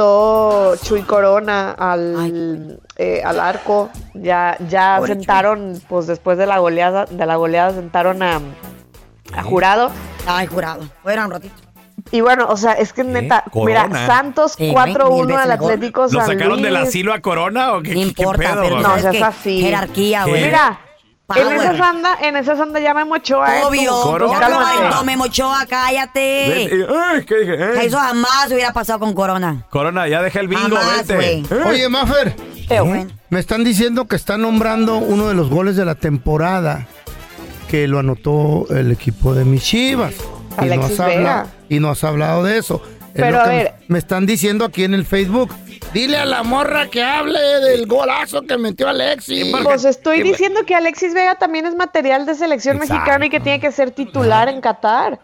[SPEAKER 8] Regresó Chuy Corona al, eh, al arco. Ya, ya
[SPEAKER 9] Pobre
[SPEAKER 8] sentaron, pues después de la goleada, de la goleada sentaron a, a jurado.
[SPEAKER 4] Ay, jurado. Fuera un ratito.
[SPEAKER 8] Y bueno, o sea, es que neta,
[SPEAKER 1] Corona.
[SPEAKER 8] mira, Santos
[SPEAKER 4] Sí,
[SPEAKER 8] 4-1 al
[SPEAKER 4] mil veces mejor.
[SPEAKER 8] Atlético
[SPEAKER 1] ¿Lo
[SPEAKER 8] San
[SPEAKER 1] sacaron del
[SPEAKER 8] Luis.
[SPEAKER 1] asilo a Corona o qué, qué pedo?
[SPEAKER 8] pero
[SPEAKER 1] güey?
[SPEAKER 8] no seas así.
[SPEAKER 4] jerarquía,
[SPEAKER 1] ¿Qué? güey.
[SPEAKER 8] Mira, en
[SPEAKER 4] Power.
[SPEAKER 8] esa sanda, en esa sanda ya me mochó a esto.
[SPEAKER 4] Obvio.
[SPEAKER 1] Corona.
[SPEAKER 4] Ya levantó, me mochoa, cállate.
[SPEAKER 1] Vete, ay, ¿qué dije? Ay.
[SPEAKER 4] Eso jamás hubiera pasado con Corona.
[SPEAKER 1] Corona, ya deja el bingo,
[SPEAKER 4] Jamás,
[SPEAKER 1] vete.
[SPEAKER 4] güey.
[SPEAKER 3] Oye, Mafer.
[SPEAKER 8] ¿Eh?
[SPEAKER 3] Me están diciendo que están nombrando uno de los goles de la temporada que lo anotó el equipo de mis Chivas. Y no, has
[SPEAKER 8] Alexis
[SPEAKER 3] hablado,
[SPEAKER 8] Vega.
[SPEAKER 3] y no has hablado de eso. Es
[SPEAKER 8] Pero
[SPEAKER 3] lo
[SPEAKER 8] a
[SPEAKER 3] que
[SPEAKER 8] ver.
[SPEAKER 3] Me están diciendo aquí en el Facebook. Dile a la morra que hable del golazo que metió Alexis.
[SPEAKER 8] Pues estoy diciendo que Alexis Vega también es material de selección
[SPEAKER 3] Exacto.
[SPEAKER 8] mexicana y que tiene que ser titular en Qatar.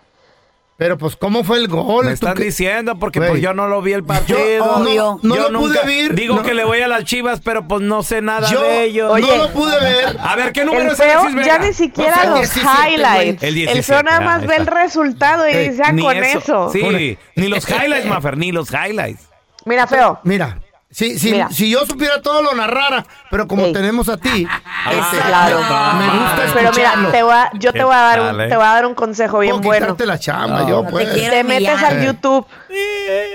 [SPEAKER 3] Pero pues, ¿cómo fue el gol?
[SPEAKER 1] Me
[SPEAKER 3] ¿Tú
[SPEAKER 1] están
[SPEAKER 3] qué-
[SPEAKER 1] diciendo porque
[SPEAKER 3] Güey.
[SPEAKER 1] pues, yo no lo vi el partido.
[SPEAKER 3] Yo- oh, no, no
[SPEAKER 1] Yo
[SPEAKER 3] lo pude ver,
[SPEAKER 1] Digo
[SPEAKER 3] no.
[SPEAKER 1] que le voy a las chivas, pero pues no sé nada
[SPEAKER 3] Yo
[SPEAKER 1] de ellos.
[SPEAKER 3] no Oye, lo pude ver.
[SPEAKER 1] A ver, ¿qué
[SPEAKER 8] El
[SPEAKER 1] número es
[SPEAKER 8] feo
[SPEAKER 1] Alexis Vega?
[SPEAKER 8] ya ni siquiera
[SPEAKER 3] No sé, el
[SPEAKER 8] los
[SPEAKER 3] 17, güey.
[SPEAKER 8] highlights.
[SPEAKER 1] El
[SPEAKER 8] El,
[SPEAKER 1] 17,
[SPEAKER 8] feo nada
[SPEAKER 1] ah,
[SPEAKER 8] más
[SPEAKER 1] ahí
[SPEAKER 8] ve el
[SPEAKER 1] está.
[SPEAKER 8] resultado y
[SPEAKER 3] Ey,
[SPEAKER 8] dice, ah,
[SPEAKER 1] Ni
[SPEAKER 8] con eso.
[SPEAKER 1] Sí, ni los highlights, Mafer, ni los highlights.
[SPEAKER 8] Mira, feo.
[SPEAKER 3] Mira, si, si,
[SPEAKER 8] Mira.
[SPEAKER 3] si yo supiera todo lo narrara, pero como
[SPEAKER 8] Ey.
[SPEAKER 3] tenemos a ti, este,
[SPEAKER 8] claro.
[SPEAKER 3] me gusta
[SPEAKER 8] Pero mira,
[SPEAKER 3] escucharlo.
[SPEAKER 8] te voy a- yo te voy a dar un,
[SPEAKER 1] Dale.
[SPEAKER 8] te voy a dar un consejo bien
[SPEAKER 3] Puedo
[SPEAKER 8] bueno.
[SPEAKER 3] quitarte la chamba, yo,
[SPEAKER 4] te
[SPEAKER 3] pues.
[SPEAKER 4] quiero.
[SPEAKER 8] Te metes
[SPEAKER 4] humillar.
[SPEAKER 8] al YouTube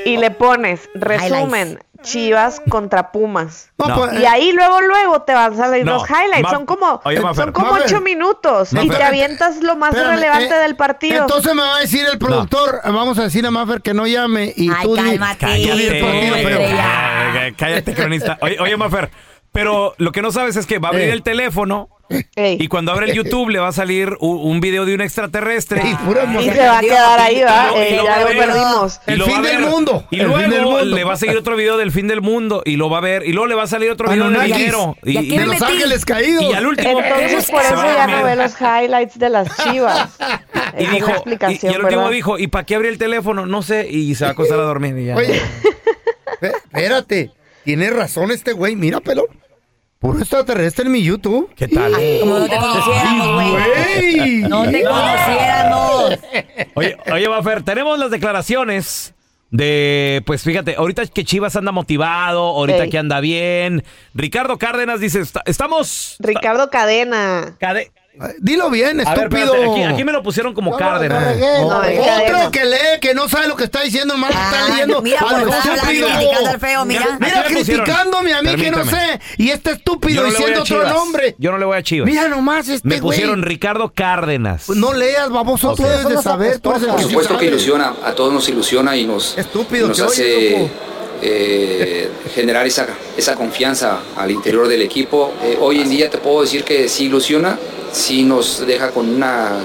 [SPEAKER 8] y le pones resumen Chivas contra Pumas.
[SPEAKER 3] No,
[SPEAKER 1] No.
[SPEAKER 3] pues,
[SPEAKER 8] Y ahí luego, luego te van a salir
[SPEAKER 1] No,
[SPEAKER 8] los highlights.
[SPEAKER 1] Ma-
[SPEAKER 8] son como,
[SPEAKER 1] Oye, Mafer.
[SPEAKER 8] son como
[SPEAKER 3] Mafer.
[SPEAKER 8] ocho minutos. y
[SPEAKER 3] Mafer.
[SPEAKER 8] te avientas lo más
[SPEAKER 3] espérame,
[SPEAKER 8] relevante
[SPEAKER 3] eh,
[SPEAKER 8] del partido.
[SPEAKER 3] Entonces me va a decir el productor, vamos a decir a Maffer que no llame y
[SPEAKER 4] Ay,
[SPEAKER 3] tú di-
[SPEAKER 4] cálmate,
[SPEAKER 3] tú di el
[SPEAKER 1] Cállate,
[SPEAKER 3] partido, pero-
[SPEAKER 4] hombre, ya.
[SPEAKER 1] Ay, cállate, cronista. Oye, oye, Mafer, pero lo que no sabes es que va a abrir
[SPEAKER 3] Eh.
[SPEAKER 1] el teléfono
[SPEAKER 8] Ey.
[SPEAKER 1] y cuando
[SPEAKER 3] [laughs]
[SPEAKER 1] abre el YouTube le va a salir u- un, video de un extraterrestre. Ah,
[SPEAKER 3] Y pura
[SPEAKER 8] Y
[SPEAKER 3] emoción.
[SPEAKER 8] se va a quedar ahí, ¿va?
[SPEAKER 1] Y
[SPEAKER 8] Eh,
[SPEAKER 1] lo va
[SPEAKER 8] ya
[SPEAKER 1] a
[SPEAKER 8] lo
[SPEAKER 1] ver.
[SPEAKER 8] perdimos.
[SPEAKER 1] Y
[SPEAKER 3] El
[SPEAKER 1] lo va
[SPEAKER 3] fin
[SPEAKER 1] a
[SPEAKER 3] del
[SPEAKER 1] ver.
[SPEAKER 3] mundo.
[SPEAKER 1] Y
[SPEAKER 3] El
[SPEAKER 1] luego
[SPEAKER 3] fin del mundo.
[SPEAKER 1] le va a seguir otro video del fin del mundo y lo va a ver. Y luego le va a salir
[SPEAKER 3] Ah,
[SPEAKER 1] otro video de
[SPEAKER 3] Anunnakis.
[SPEAKER 1] dinero. Y,
[SPEAKER 4] Ya
[SPEAKER 1] y-
[SPEAKER 4] quiero
[SPEAKER 3] de Los
[SPEAKER 4] metí.
[SPEAKER 3] Ángeles Caídos.
[SPEAKER 1] y al último. eh,
[SPEAKER 8] Entonces
[SPEAKER 1] se
[SPEAKER 8] por
[SPEAKER 1] va
[SPEAKER 8] eso
[SPEAKER 1] a
[SPEAKER 8] ya
[SPEAKER 1] dormir.
[SPEAKER 8] no ve los highlights
[SPEAKER 1] [laughs]
[SPEAKER 8] de las Chivas.
[SPEAKER 1] Y
[SPEAKER 8] Esa es
[SPEAKER 1] dijo,
[SPEAKER 8] la
[SPEAKER 1] y, y
[SPEAKER 8] explicación,
[SPEAKER 1] el último
[SPEAKER 8] ¿verdad?
[SPEAKER 1] dijo, ¿y para qué abrí el teléfono? No sé, y se va
[SPEAKER 3] [laughs]
[SPEAKER 1] a acostar a dormir. y ya.
[SPEAKER 3] Oye, espé- espérate, tiene razón este güey, mira, pelón. Puro extraterrestre en mi YouTube.
[SPEAKER 1] ¿Qué tal?
[SPEAKER 4] Como no te conociéramos, güey.
[SPEAKER 3] ¡Ey!
[SPEAKER 4] No te conociéramos.
[SPEAKER 1] Oye, oye, Mafer, tenemos las declaraciones de, pues fíjate, ahorita que Chivas anda motivado, ahorita
[SPEAKER 8] Ey.
[SPEAKER 1] que anda bien. Ricardo Cárdenas dice, "Esta- estamos...
[SPEAKER 8] Ricardo Cadena.
[SPEAKER 1] Cade-
[SPEAKER 3] Dilo bien,
[SPEAKER 1] A ver,
[SPEAKER 3] estúpido.
[SPEAKER 1] espérate, aquí, aquí me lo pusieron como Cárdenas.
[SPEAKER 8] No,
[SPEAKER 3] Eh.
[SPEAKER 8] es
[SPEAKER 3] Otro
[SPEAKER 8] Cadena.
[SPEAKER 3] que lee, que no sabe lo que está diciendo, hermano, que está
[SPEAKER 4] Ah,
[SPEAKER 3] leyendo. a
[SPEAKER 4] mira, por
[SPEAKER 3] lo
[SPEAKER 4] estar
[SPEAKER 3] estúpido.
[SPEAKER 4] hablando, criticando al feo, mira.
[SPEAKER 3] Mira,
[SPEAKER 1] Aquí me pusieron.
[SPEAKER 3] criticándome a mí que no
[SPEAKER 1] Permítame.
[SPEAKER 3] sé. Y este estúpido
[SPEAKER 1] le voy
[SPEAKER 3] diciendo
[SPEAKER 1] a
[SPEAKER 3] otro
[SPEAKER 1] Chivas.
[SPEAKER 3] nombre.
[SPEAKER 1] Yo no le voy a Chivas.
[SPEAKER 3] Mira nomás este
[SPEAKER 1] me
[SPEAKER 3] güey.
[SPEAKER 1] pusieron Ricardo Cárdenas.
[SPEAKER 3] No leas, baboso, tú debes de saber. Tú eres el
[SPEAKER 9] Por
[SPEAKER 3] que sí
[SPEAKER 9] supuesto que
[SPEAKER 3] sabe.
[SPEAKER 9] ilusiona, a todos nos ilusiona y nos,
[SPEAKER 3] Estúpido
[SPEAKER 9] nos
[SPEAKER 3] que oye,
[SPEAKER 9] hace
[SPEAKER 3] loco.
[SPEAKER 9] eh, generar esa, esa confianza al interior del equipo. Eh, hoy en día te puedo decir que sí ilusiona, sí nos deja con una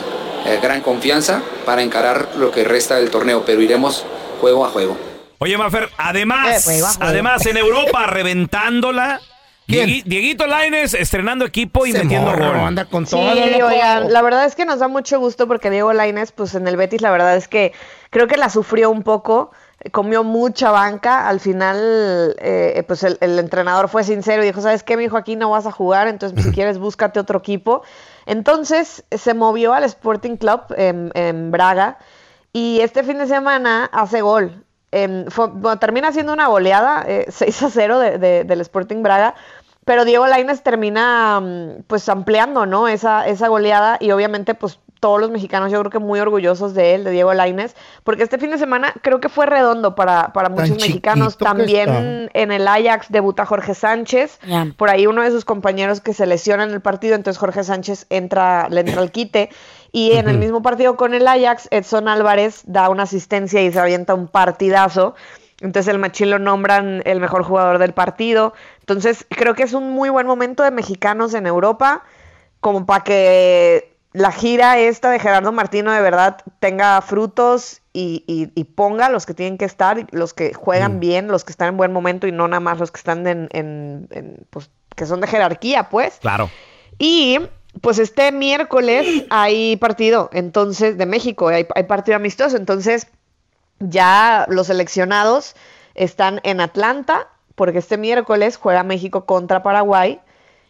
[SPEAKER 9] eh, gran confianza para encarar lo que resta del torneo, pero iremos juego a juego.
[SPEAKER 1] Oye, Mafer, además,
[SPEAKER 4] Eh, juega, juega.
[SPEAKER 1] además
[SPEAKER 3] [laughs]
[SPEAKER 1] en Europa reventándola.
[SPEAKER 3] ¿Quién?
[SPEAKER 1] Diegui- Dieguito Laines estrenando equipo y
[SPEAKER 3] Ese
[SPEAKER 1] metiendo
[SPEAKER 3] morro
[SPEAKER 1] gol.
[SPEAKER 3] anda con
[SPEAKER 8] Sí,
[SPEAKER 3] todo. loco.
[SPEAKER 8] oigan, la verdad es que nos da mucho gusto porque Diego Lainez, pues en el Betis, la verdad es que creo que la sufrió un poco, eh, comió mucha banca, al final, eh, pues el, el entrenador fue sincero y dijo, ¿sabes qué, mijo? Aquí no vas a jugar, entonces si quieres búscate otro equipo. Entonces se movió al Sporting Club en, en Braga y este fin de semana hace gol. Em, fue- bueno, termina siendo una goleada, eh, [laughs] 6 a 0 de- de- del Sporting Braga, pero Diego Lainez termina mm, pues ampliando, ¿no? Esa, esa goleada y obviamente pues todos los mexicanos yo creo que muy orgullosos de él, de Diego Lainez, porque este fin de semana creo que fue redondo para, para muchos
[SPEAKER 3] chiquito
[SPEAKER 8] mexicanos.
[SPEAKER 3] que
[SPEAKER 8] También en el Ajax debuta Jorge Sánchez,
[SPEAKER 4] Ya.
[SPEAKER 8] por ahí uno de sus compañeros que se lesiona en el partido, entonces Jorge Sánchez entra, le entra al quite. Y en el mismo partido con el Ajax, Edson Álvarez da una asistencia y se avienta un partidazo. Entonces el Machín lo nombran el mejor jugador del partido. Entonces creo que es un muy buen momento de mexicanos en Europa, como para que la gira esta de Gerardo Martino de verdad tenga frutos y, y- y ponga los que tienen que estar, los que juegan bien, los que están en buen momento y no nada más los que están en, en- en, pues, que son de jerarquía, pues.
[SPEAKER 1] Claro.
[SPEAKER 8] Y pues este miércoles hay partido, entonces, de México, hay, hay partido amistoso, entonces ya los seleccionados están en Atlanta, porque este miércoles juega México contra Paraguay.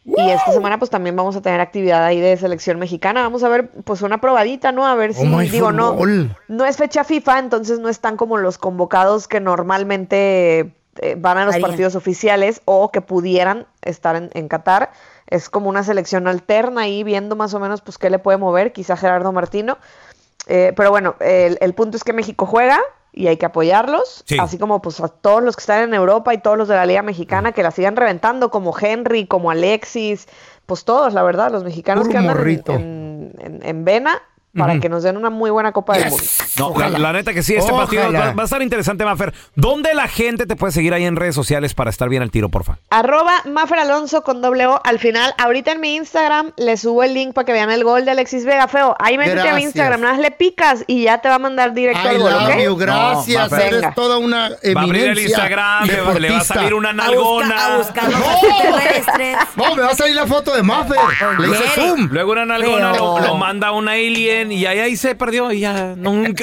[SPEAKER 8] Y esta semana pues también vamos a tener actividad ahí de selección mexicana. Vamos a ver pues una probadita, ¿no? A ver si
[SPEAKER 3] Como hay
[SPEAKER 8] digo no.
[SPEAKER 3] fútbol.
[SPEAKER 8] No es fecha FIFA, entonces no están como los convocados que normalmente eh, van a los
[SPEAKER 4] Harían.
[SPEAKER 8] partidos oficiales o que pudieran estar en, en Qatar. Es como una selección alterna ahí viendo más o menos pues qué le puede mover, quizá Gerardo Martino. Eh, pero bueno, el, el punto es que México juega y hay que apoyarlos,
[SPEAKER 1] Sí.
[SPEAKER 8] así como pues a todos los que están en Europa y todos los de la Liga Mexicana
[SPEAKER 3] Mm.
[SPEAKER 8] que la sigan reventando, como Henry, como Alexis, pues todos, la verdad, los mexicanos
[SPEAKER 3] Puro
[SPEAKER 8] que andan en,
[SPEAKER 3] morrito.
[SPEAKER 8] en- en- en vena para que nos den una muy buena Copa del Mundo.
[SPEAKER 1] No, la, la neta que sí, este
[SPEAKER 3] Ojalá.
[SPEAKER 1] partido va, va a estar interesante, Mafer. ¿Dónde la gente te puede seguir ahí en redes sociales para estar bien al tiro, porfa?
[SPEAKER 8] Arroba Mafer Alonso con doble O al final. Ahorita en mi Instagram le subo el link para que vean el gol de Alexis Vega. Feo, ahí métete a mi
[SPEAKER 3] Gracias.
[SPEAKER 8] Instagram, nada más le picas y ya te va a mandar directo
[SPEAKER 3] I
[SPEAKER 8] al gol,
[SPEAKER 3] love
[SPEAKER 8] ¿ok?
[SPEAKER 3] you, gracias.
[SPEAKER 1] No,
[SPEAKER 8] Mafer.
[SPEAKER 3] eres
[SPEAKER 8] Venga.
[SPEAKER 3] toda una eminencia.
[SPEAKER 1] Va a abrir el Instagram, le va- le va a
[SPEAKER 3] deportista.
[SPEAKER 1] salir una
[SPEAKER 4] A buscar,
[SPEAKER 1] nalgona.
[SPEAKER 4] a buscar los
[SPEAKER 3] No.
[SPEAKER 4] extraterrestres.
[SPEAKER 3] No, me va a salir la foto de Maffer. Le hice
[SPEAKER 4] Jerry.
[SPEAKER 3] zoom.
[SPEAKER 1] Luego una nalgona lo,
[SPEAKER 4] Pero-
[SPEAKER 1] lo manda a un alien y ahí, ahí se perdió y ya nunca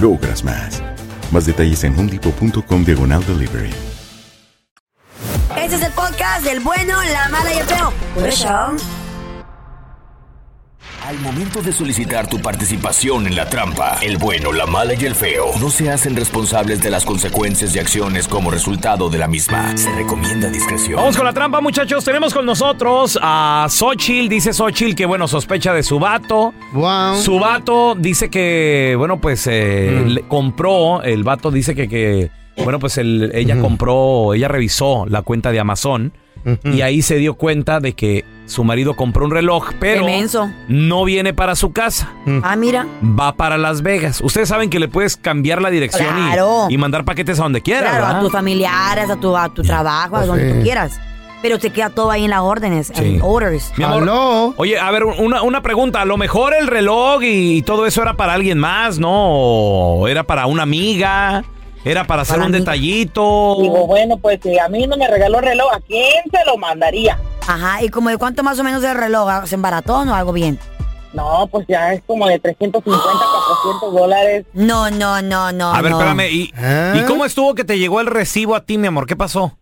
[SPEAKER 10] logras más. Más detalles en homedepot.com diagonal delivery.
[SPEAKER 4] Este es el podcast del bueno, la mala y el feo. Por eso.
[SPEAKER 11] Al momento de solicitar tu participación en la trampa, el bueno, la mala y el feo no se hacen responsables de las consecuencias y acciones como resultado de la misma. Se recomienda discreción.
[SPEAKER 1] Vamos con la trampa, muchachos. Tenemos con nosotros a Xochitl. Dice Xochitl que, bueno, sospecha de su vato. Su vato dice que, bueno, pues eh, le compró. El vato dice que, que bueno, pues el- ella compró, ella revisó la cuenta de Amazon. Y ahí se dio cuenta de que su marido compró un reloj, pero
[SPEAKER 4] Inmenso.
[SPEAKER 1] no viene para su casa.
[SPEAKER 4] Ah, mira.
[SPEAKER 1] Va para Las Vegas. Ustedes saben que le puedes cambiar la dirección y-
[SPEAKER 4] Claro.
[SPEAKER 1] y, mandar paquetes a donde quieras.
[SPEAKER 4] Claro, a
[SPEAKER 1] ¿verdad?
[SPEAKER 4] tus familiares, a tu, a tu trabajo, a
[SPEAKER 1] Pues
[SPEAKER 4] donde
[SPEAKER 1] sí.
[SPEAKER 4] tú quieras. Pero te queda todo ahí en las órdenes,
[SPEAKER 1] Sí.
[SPEAKER 4] en orders.
[SPEAKER 1] Mi amor, Oye, a ver, una, una pregunta. A lo mejor el reloj y, y todo eso era para alguien más, ¿no? O era para una amiga, era para hacer un detallito.
[SPEAKER 12] Digo, bueno, pues si a mí no me regaló reloj, ¿a quién se lo mandaría?
[SPEAKER 4] Ajá, y como de cuánto más o menos del reloj, ¿Ah, ¿se embarató o no? algo bien?
[SPEAKER 12] No, pues ya es como de 350, 400 dólares.
[SPEAKER 4] No, no, no, no.
[SPEAKER 1] a ver,
[SPEAKER 4] no.
[SPEAKER 1] espérame. ¿y, y cómo estuvo que te llegó el recibo a ti, mi amor? ¿Qué pasó?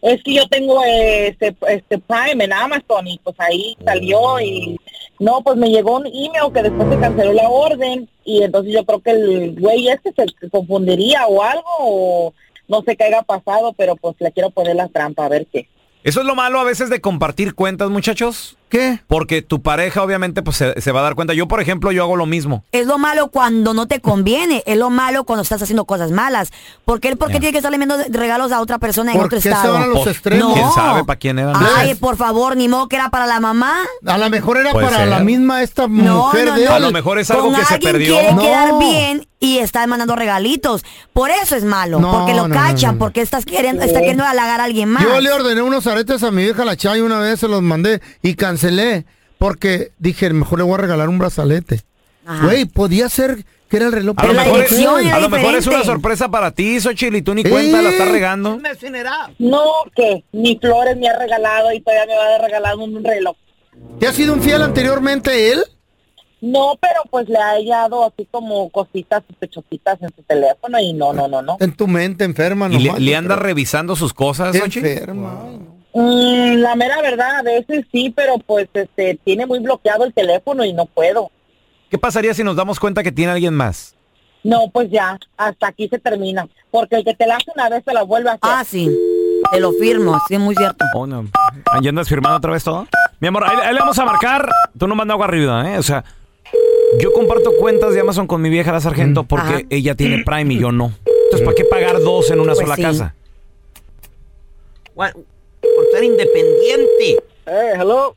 [SPEAKER 12] Es que yo tengo eh, este, este Prime en Amazon y pues ahí salió y no, pues me llegó un email que después se canceló la orden y entonces yo creo que el güey este se confundiría o algo o no sé qué haya pasado, pero pues le quiero poner la trampa a ver qué.
[SPEAKER 1] Eso es lo malo a veces de compartir cuentas, muchachos. ¿Qué? Porque tu pareja obviamente pues se, se va a dar cuenta. Yo, por ejemplo, yo hago lo mismo.
[SPEAKER 4] Es lo malo cuando no te conviene, es lo malo cuando estás haciendo cosas malas. Porque él, ¿por qué
[SPEAKER 1] Ya.
[SPEAKER 4] tiene que estarle enviando regalos a otra persona en
[SPEAKER 1] ¿Por
[SPEAKER 4] otro
[SPEAKER 1] qué se
[SPEAKER 4] estado?
[SPEAKER 1] van a los Pues, extremos? ¿quién sabe para quién eran?
[SPEAKER 4] Ay, por favor, ni modo que era para la mamá.
[SPEAKER 3] Ah, pues. A lo mejor era
[SPEAKER 1] Puede
[SPEAKER 3] para
[SPEAKER 1] ser.
[SPEAKER 3] la misma esta
[SPEAKER 4] No,
[SPEAKER 3] mujer
[SPEAKER 4] no,
[SPEAKER 3] de
[SPEAKER 4] no.
[SPEAKER 3] él.
[SPEAKER 1] A lo mejor es algo
[SPEAKER 4] Con
[SPEAKER 1] que se
[SPEAKER 4] alguien
[SPEAKER 1] perdió.
[SPEAKER 4] quiere
[SPEAKER 1] No.
[SPEAKER 4] quedar bien y está mandando regalitos. Por eso es malo, porque
[SPEAKER 3] no,
[SPEAKER 4] lo
[SPEAKER 3] no,
[SPEAKER 4] cachan,
[SPEAKER 3] no.
[SPEAKER 4] porque estás queriendo, está queriendo halagar a alguien más.
[SPEAKER 3] Yo le ordené unos aretes a mi vieja la Chay una vez, se los mandé y cancelé porque dije, mejor le voy a regalar un brazalete. Güey, podía ser que era el reloj.
[SPEAKER 1] A lo,
[SPEAKER 3] pero
[SPEAKER 1] mejor
[SPEAKER 3] la
[SPEAKER 1] es,
[SPEAKER 3] dirección
[SPEAKER 1] a
[SPEAKER 3] era
[SPEAKER 1] lo mejor es una
[SPEAKER 3] diferente.
[SPEAKER 1] sorpresa para ti, Xochitl, y tú ni cuenta, la estás regando.
[SPEAKER 12] No, que ni flores me ha regalado y todavía me va a regalar un reloj.
[SPEAKER 3] ¿Te ha sido un fiel anteriormente él?
[SPEAKER 12] No, pero pues le ha hallado así como cositas sospechositas en su teléfono y no, no, no, no.
[SPEAKER 3] En tu mente enferma,
[SPEAKER 1] ¿Y le,
[SPEAKER 3] nomás.
[SPEAKER 1] le andas revisando sus cosas, Xochitl?
[SPEAKER 12] Mm, la mera verdad, a veces sí, pero pues este tiene muy bloqueado el teléfono y no puedo.
[SPEAKER 1] ¿Qué pasaría si nos damos cuenta que tiene alguien más?
[SPEAKER 12] No, pues ya, hasta aquí se termina. Porque el que te la hace una vez se la vuelve a hacer.
[SPEAKER 4] Ah, sí. Te lo firmo, sí, es muy cierto.
[SPEAKER 1] Oh, no. Ah, ¿Ya andas firmando otra vez todo? Mi amor, ahí, ahí le vamos a marcar. Tú no mandas agua arriba, ¿eh? O sea, yo comparto cuentas de Amazon con mi vieja, la sargento, porque
[SPEAKER 4] Ajá.
[SPEAKER 1] ella tiene Prime y yo no. Entonces, ¿para qué pagar dos en una
[SPEAKER 5] Pues
[SPEAKER 1] sola
[SPEAKER 5] sí.
[SPEAKER 1] casa?
[SPEAKER 5] Gua- Por ser independiente.
[SPEAKER 3] Eh, hello.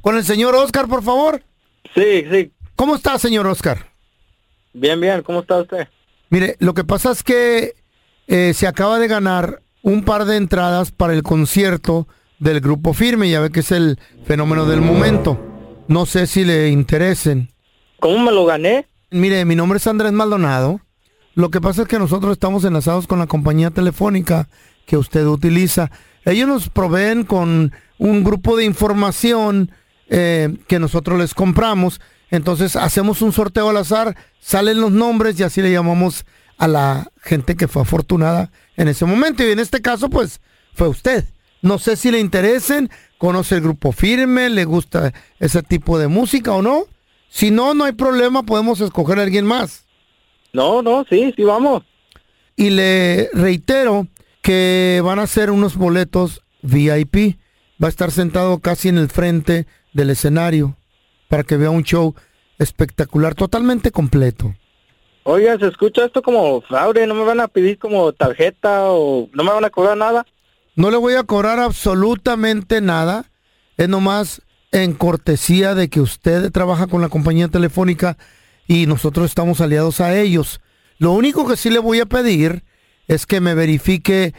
[SPEAKER 3] Con el señor Oscar, por favor. Sí, sí. ¿Cómo está, señor Oscar?
[SPEAKER 13] Bien, bien, ¿cómo está usted?
[SPEAKER 3] Mire, lo que pasa es que eh, se acaba de ganar un par de entradas para el concierto del grupo firme, ya ve que es el fenómeno del momento. No sé si le interesen.
[SPEAKER 13] ¿Cómo me lo gané?
[SPEAKER 3] Mire, mi nombre es Andrés Maldonado. Lo que pasa es que nosotros estamos enlazados con la compañía telefónica que usted utiliza. Ellos nos proveen con un grupo de información eh, que nosotros les compramos. Entonces hacemos un sorteo al azar, salen los nombres y así le llamamos a la gente que fue afortunada en ese momento. Y en este caso, pues, fue usted. No sé si le interesen, conoce el grupo firme, le gusta ese tipo de música o no. Si no, no hay problema, podemos escoger a alguien más.
[SPEAKER 13] No, no, sí, sí, vamos.
[SPEAKER 3] Y le reitero que van a ser unos boletos VIP. Va a estar sentado casi en el frente del escenario para que vea un show espectacular, totalmente completo.
[SPEAKER 13] Oiga, se escucha esto como fraude, no me van a pedir como tarjeta o no me van a cobrar nada.
[SPEAKER 3] No le voy a cobrar absolutamente nada. Es nomás en cortesía de que usted trabaja con la compañía telefónica y nosotros estamos aliados a ellos. Lo único que sí le voy a pedir es que me verifique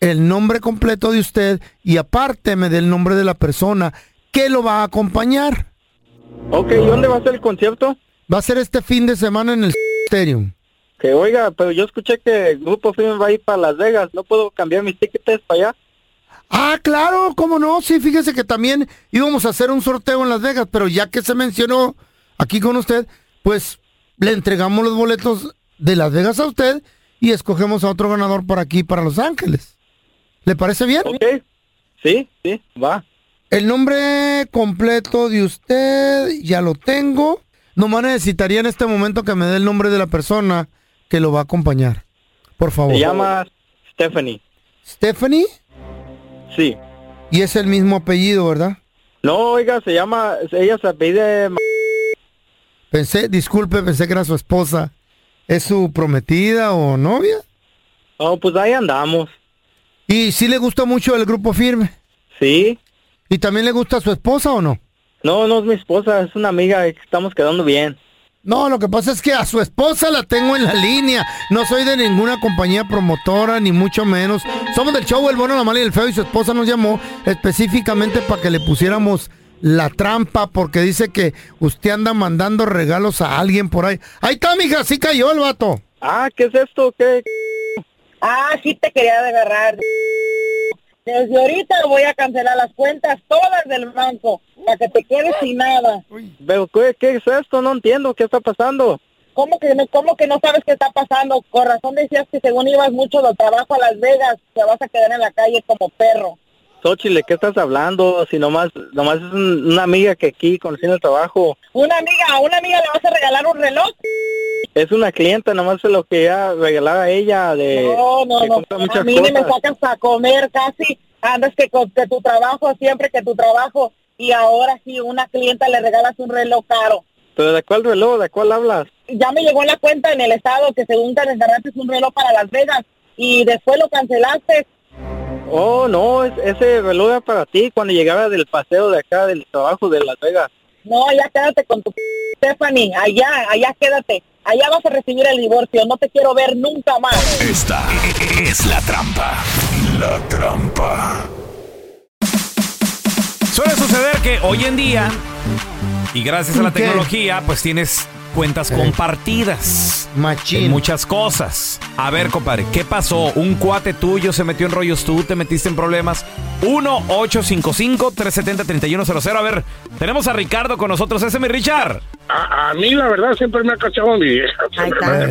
[SPEAKER 3] el nombre completo de usted y aparte me dé el nombre de la persona que lo va a acompañar.
[SPEAKER 13] Ok, ¿y dónde va a ser el concierto?
[SPEAKER 3] Va a ser este fin de semana en el Stadium.
[SPEAKER 13] Que oiga, pero yo escuché que el grupo firme va a ir para Las Vegas, ¿no puedo cambiar mis tickets para allá?
[SPEAKER 3] Ah, claro, cómo no. Sí, fíjese que también íbamos a hacer un sorteo en Las Vegas, pero ya que se mencionó aquí con usted, pues le entregamos los boletos de Las Vegas a usted y escogemos a otro ganador para aquí, para Los Ángeles. ¿Le parece bien?
[SPEAKER 13] Ok. Sí, sí, va.
[SPEAKER 3] El nombre completo de usted ya lo tengo. Nomás necesitaría en este momento que me dé el nombre de la persona que lo va a acompañar. Por favor.
[SPEAKER 13] Se llama Stephanie.
[SPEAKER 3] Stephanie.
[SPEAKER 13] Sí.
[SPEAKER 3] Y es el mismo apellido, ¿verdad?
[SPEAKER 13] No, oiga, se llama, ella se apellida... M-
[SPEAKER 3] Pensé, disculpe, pensé que era su esposa. ¿Es su prometida o novia?
[SPEAKER 13] Oh, pues ahí andamos.
[SPEAKER 3] ¿Y si le gusta mucho el grupo firme?
[SPEAKER 13] Sí.
[SPEAKER 3] ¿Y también le gusta su esposa o no?
[SPEAKER 13] No, no es mi esposa, es una amiga, estamos quedando bien.
[SPEAKER 3] No, lo que pasa es que a su esposa la tengo en la línea. No soy de ninguna compañía promotora, ni mucho menos. Somos del show El Bueno, la Mala y el Feo y su esposa nos llamó específicamente para que le pusiéramos la trampa porque dice que usted anda mandando regalos a alguien por ahí. Ahí está, mija, sí cayó el vato.
[SPEAKER 13] Ah, ¿qué es esto? ¿Qué?
[SPEAKER 12] Ah, sí te quería agarrar. Desde ahorita voy a cancelar las cuentas todas del banco para que te quedes sin nada.
[SPEAKER 13] Pero, ¿qué, qué es esto? No entiendo, ¿qué está pasando?
[SPEAKER 12] ¿Cómo que no, cómo que no sabes qué está pasando? Con razón decías que según ibas mucho del trabajo a Las Vegas, te vas a quedar en la calle como perro.
[SPEAKER 13] Xochile, ¿qué estás hablando? Si nomás, nomás es un- una amiga que aquí conocí en el trabajo.
[SPEAKER 12] Una amiga, a una amiga le vas a regalar un reloj.
[SPEAKER 13] Es una clienta, nomás se lo quería regalar a ella de...
[SPEAKER 12] No, no,
[SPEAKER 13] que
[SPEAKER 12] no.
[SPEAKER 13] compra muchas
[SPEAKER 12] A mí ni me
[SPEAKER 13] cosas.
[SPEAKER 12] sacas a comer casi. Andas que con que tu trabajo, siempre que tu trabajo. Y ahora sí, una clienta le regalas un reloj caro.
[SPEAKER 13] ¿Pero de cuál reloj? ¿De cuál hablas?
[SPEAKER 12] Ya me llegó la cuenta en el estado que según te regalaste un reloj para Las Vegas y después lo cancelaste.
[SPEAKER 13] Oh, no, es- ese reloj era para ti cuando llegaba del paseo de acá del trabajo de Las Vegas.
[SPEAKER 12] No, ya quédate con tu p- Stephanie. Allá, allá quédate. Allá vas a recibir el divorcio. No te quiero ver nunca más.
[SPEAKER 11] Esta es la trampa. La trampa.
[SPEAKER 1] Suele suceder que hoy en día, y gracias a la
[SPEAKER 3] ¿Qué?
[SPEAKER 1] tecnología, pues tienes cuentas compartidas.
[SPEAKER 3] Machín.
[SPEAKER 1] En muchas cosas. A ver, compadre, ¿qué pasó? Un cuate tuyo se metió en rollos, tú te metiste en problemas. 1-855-370-3100. A ver, tenemos a Ricardo con nosotros. Ese es mi Richard.
[SPEAKER 14] A, a mí, la verdad, siempre me ha cachado mi vieja. A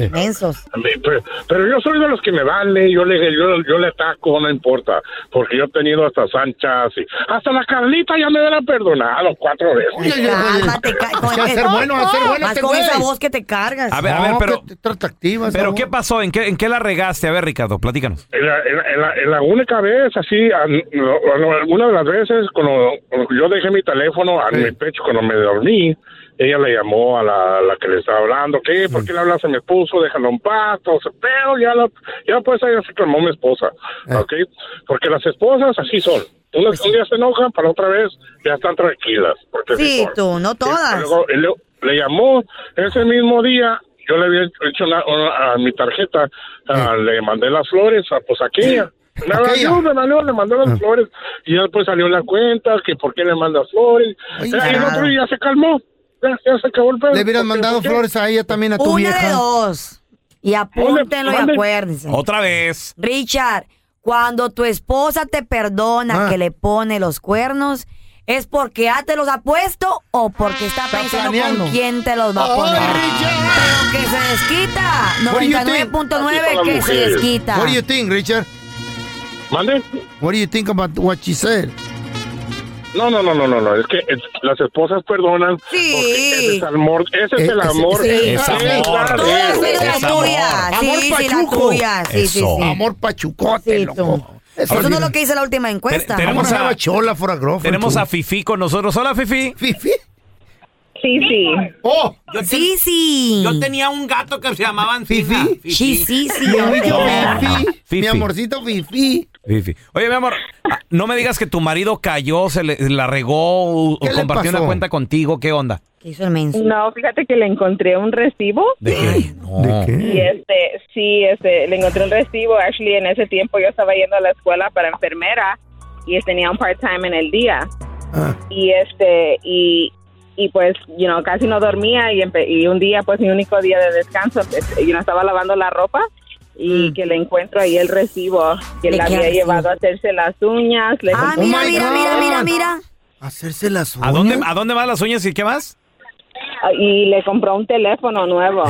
[SPEAKER 14] mí, pero, pero yo soy de los que me vale, yo le, yo, yo le ataco, no importa, porque yo he tenido hasta Sanchas y hasta la Carlita ya me hubiera perdonado cuatro veces.
[SPEAKER 4] Cálmate, ca-
[SPEAKER 3] [laughs]
[SPEAKER 4] con-
[SPEAKER 3] a ser bueno, a ser bueno
[SPEAKER 4] Más
[SPEAKER 3] este
[SPEAKER 4] con
[SPEAKER 3] güey.
[SPEAKER 4] esa voz que te cargas.
[SPEAKER 1] A ver, a ver, pero. pero
[SPEAKER 4] voz.
[SPEAKER 1] ¿qué pasó? ¿En qué, ¿En qué la regaste? A ver, Ricardo, platícanos.
[SPEAKER 14] En la, en la- en la- en la única vez, así, an- lo- lo- una de las veces, cuando yo dejé mi teléfono en mi pecho cuando me dormí, ella le llamó a la, a la que le estaba hablando, ¿qué? ¿Por qué le hablas a mi esposo? Déjalo en paz, todo ese pedo, ya, lo- ya pues ella se calmó mi esposa,
[SPEAKER 4] Ah.
[SPEAKER 14] ¿ok? Porque las esposas así son.
[SPEAKER 4] Pues
[SPEAKER 14] Unas, un día se enojan, para otra vez ya están tranquilas. Porque así
[SPEAKER 4] Sí,
[SPEAKER 14] son.
[SPEAKER 4] tú, no
[SPEAKER 14] Y
[SPEAKER 4] todas.
[SPEAKER 14] luego, y luego le llamó ese mismo día. Yo le había hecho una- una- a mi tarjeta, ah, le mandé las flores, a, pues aquella. Me valió, me valió, le mandó las flores. Y ya después salió la cuenta, que por qué le mandas flores. Eh, y el otro día se calmó. Ya, ya se acabó el pedo.
[SPEAKER 3] Le hubieras
[SPEAKER 14] Porque-
[SPEAKER 3] mandado
[SPEAKER 14] porque-
[SPEAKER 3] flores a ella también, a tu
[SPEAKER 4] Una
[SPEAKER 3] vieja.
[SPEAKER 4] de dos. Y apúntenlo y acuérdense.
[SPEAKER 1] Otra vez.
[SPEAKER 4] Richard, cuando tu esposa te
[SPEAKER 3] Ah.
[SPEAKER 4] perdona que le pone los cuernos, ¿es porque ya te los ha puesto o porque está, pensando
[SPEAKER 3] planeando.
[SPEAKER 4] con quién te los va a poner? Pero que se desquita.
[SPEAKER 3] What do you think?
[SPEAKER 4] 99.9 que se desquita.
[SPEAKER 3] What do you think, Richard?
[SPEAKER 14] ¿Mande?
[SPEAKER 3] What do you think about what she said?
[SPEAKER 14] No, no, no, no, no, no. Es que es- las esposas perdonan.
[SPEAKER 4] Sí.
[SPEAKER 14] porque Ese es el amor. Ese es
[SPEAKER 3] Eh,
[SPEAKER 14] el
[SPEAKER 3] ese-
[SPEAKER 14] amor.
[SPEAKER 3] sí.
[SPEAKER 14] verdadero.
[SPEAKER 3] Es amor. Tú haces la
[SPEAKER 14] Es
[SPEAKER 4] tuya,
[SPEAKER 14] amor.
[SPEAKER 4] Ah, sí,
[SPEAKER 3] Amor
[SPEAKER 4] sí, la
[SPEAKER 3] pachuco.
[SPEAKER 4] tuya, sí, sí, Eso. sí.
[SPEAKER 3] Amor pachucote, loco.
[SPEAKER 4] Eso no es lo que dice la última encuesta.
[SPEAKER 1] tenemos a
[SPEAKER 3] Chola for a girlfriend,
[SPEAKER 1] Tenemos
[SPEAKER 3] tú.
[SPEAKER 1] a Fifi con nosotros. Hola, Fifi.
[SPEAKER 3] Fifi.
[SPEAKER 15] Sí, sí.
[SPEAKER 3] ¡Oh!
[SPEAKER 2] Yo
[SPEAKER 4] sí, sí.
[SPEAKER 2] Yo tenía un gato que se llamaba Antina. Fifi.
[SPEAKER 4] Sí, sí, sí.
[SPEAKER 1] Fifi.
[SPEAKER 3] Mi amorcito Fifi.
[SPEAKER 1] Fifi. Oye, mi amor, ah, no me digas que tu marido cayó, se le, la regó o
[SPEAKER 3] ¿Qué le
[SPEAKER 1] compartió una
[SPEAKER 3] pasó?
[SPEAKER 1] cuenta contigo. ¿Qué onda?
[SPEAKER 4] ¿Qué hizo el menso?
[SPEAKER 15] No, fíjate que le encontré un recibo.
[SPEAKER 1] ¿De qué? ¿De
[SPEAKER 15] Y este, sí, este, le encontré un recibo. Actually, en ese tiempo yo estaba yendo a la escuela para enfermera y tenía un part-time en el día. Y este, y, y pues, you know, casi no dormía y, empe- y un día, pues mi único día de descanso, yo no estaba lavando la ropa y que le encuentro ahí el recibo que
[SPEAKER 4] Mm. ¿De
[SPEAKER 15] le
[SPEAKER 4] qué
[SPEAKER 15] había
[SPEAKER 4] recibo?
[SPEAKER 15] llevado a hacerse las uñas. Le
[SPEAKER 4] Ah,
[SPEAKER 15] compré-
[SPEAKER 4] mira, mira, mira, mira, mira.
[SPEAKER 3] Hacerse las
[SPEAKER 1] ¿A dónde, ¿A dónde van las uñas y qué más?
[SPEAKER 15] Y le compró un teléfono nuevo.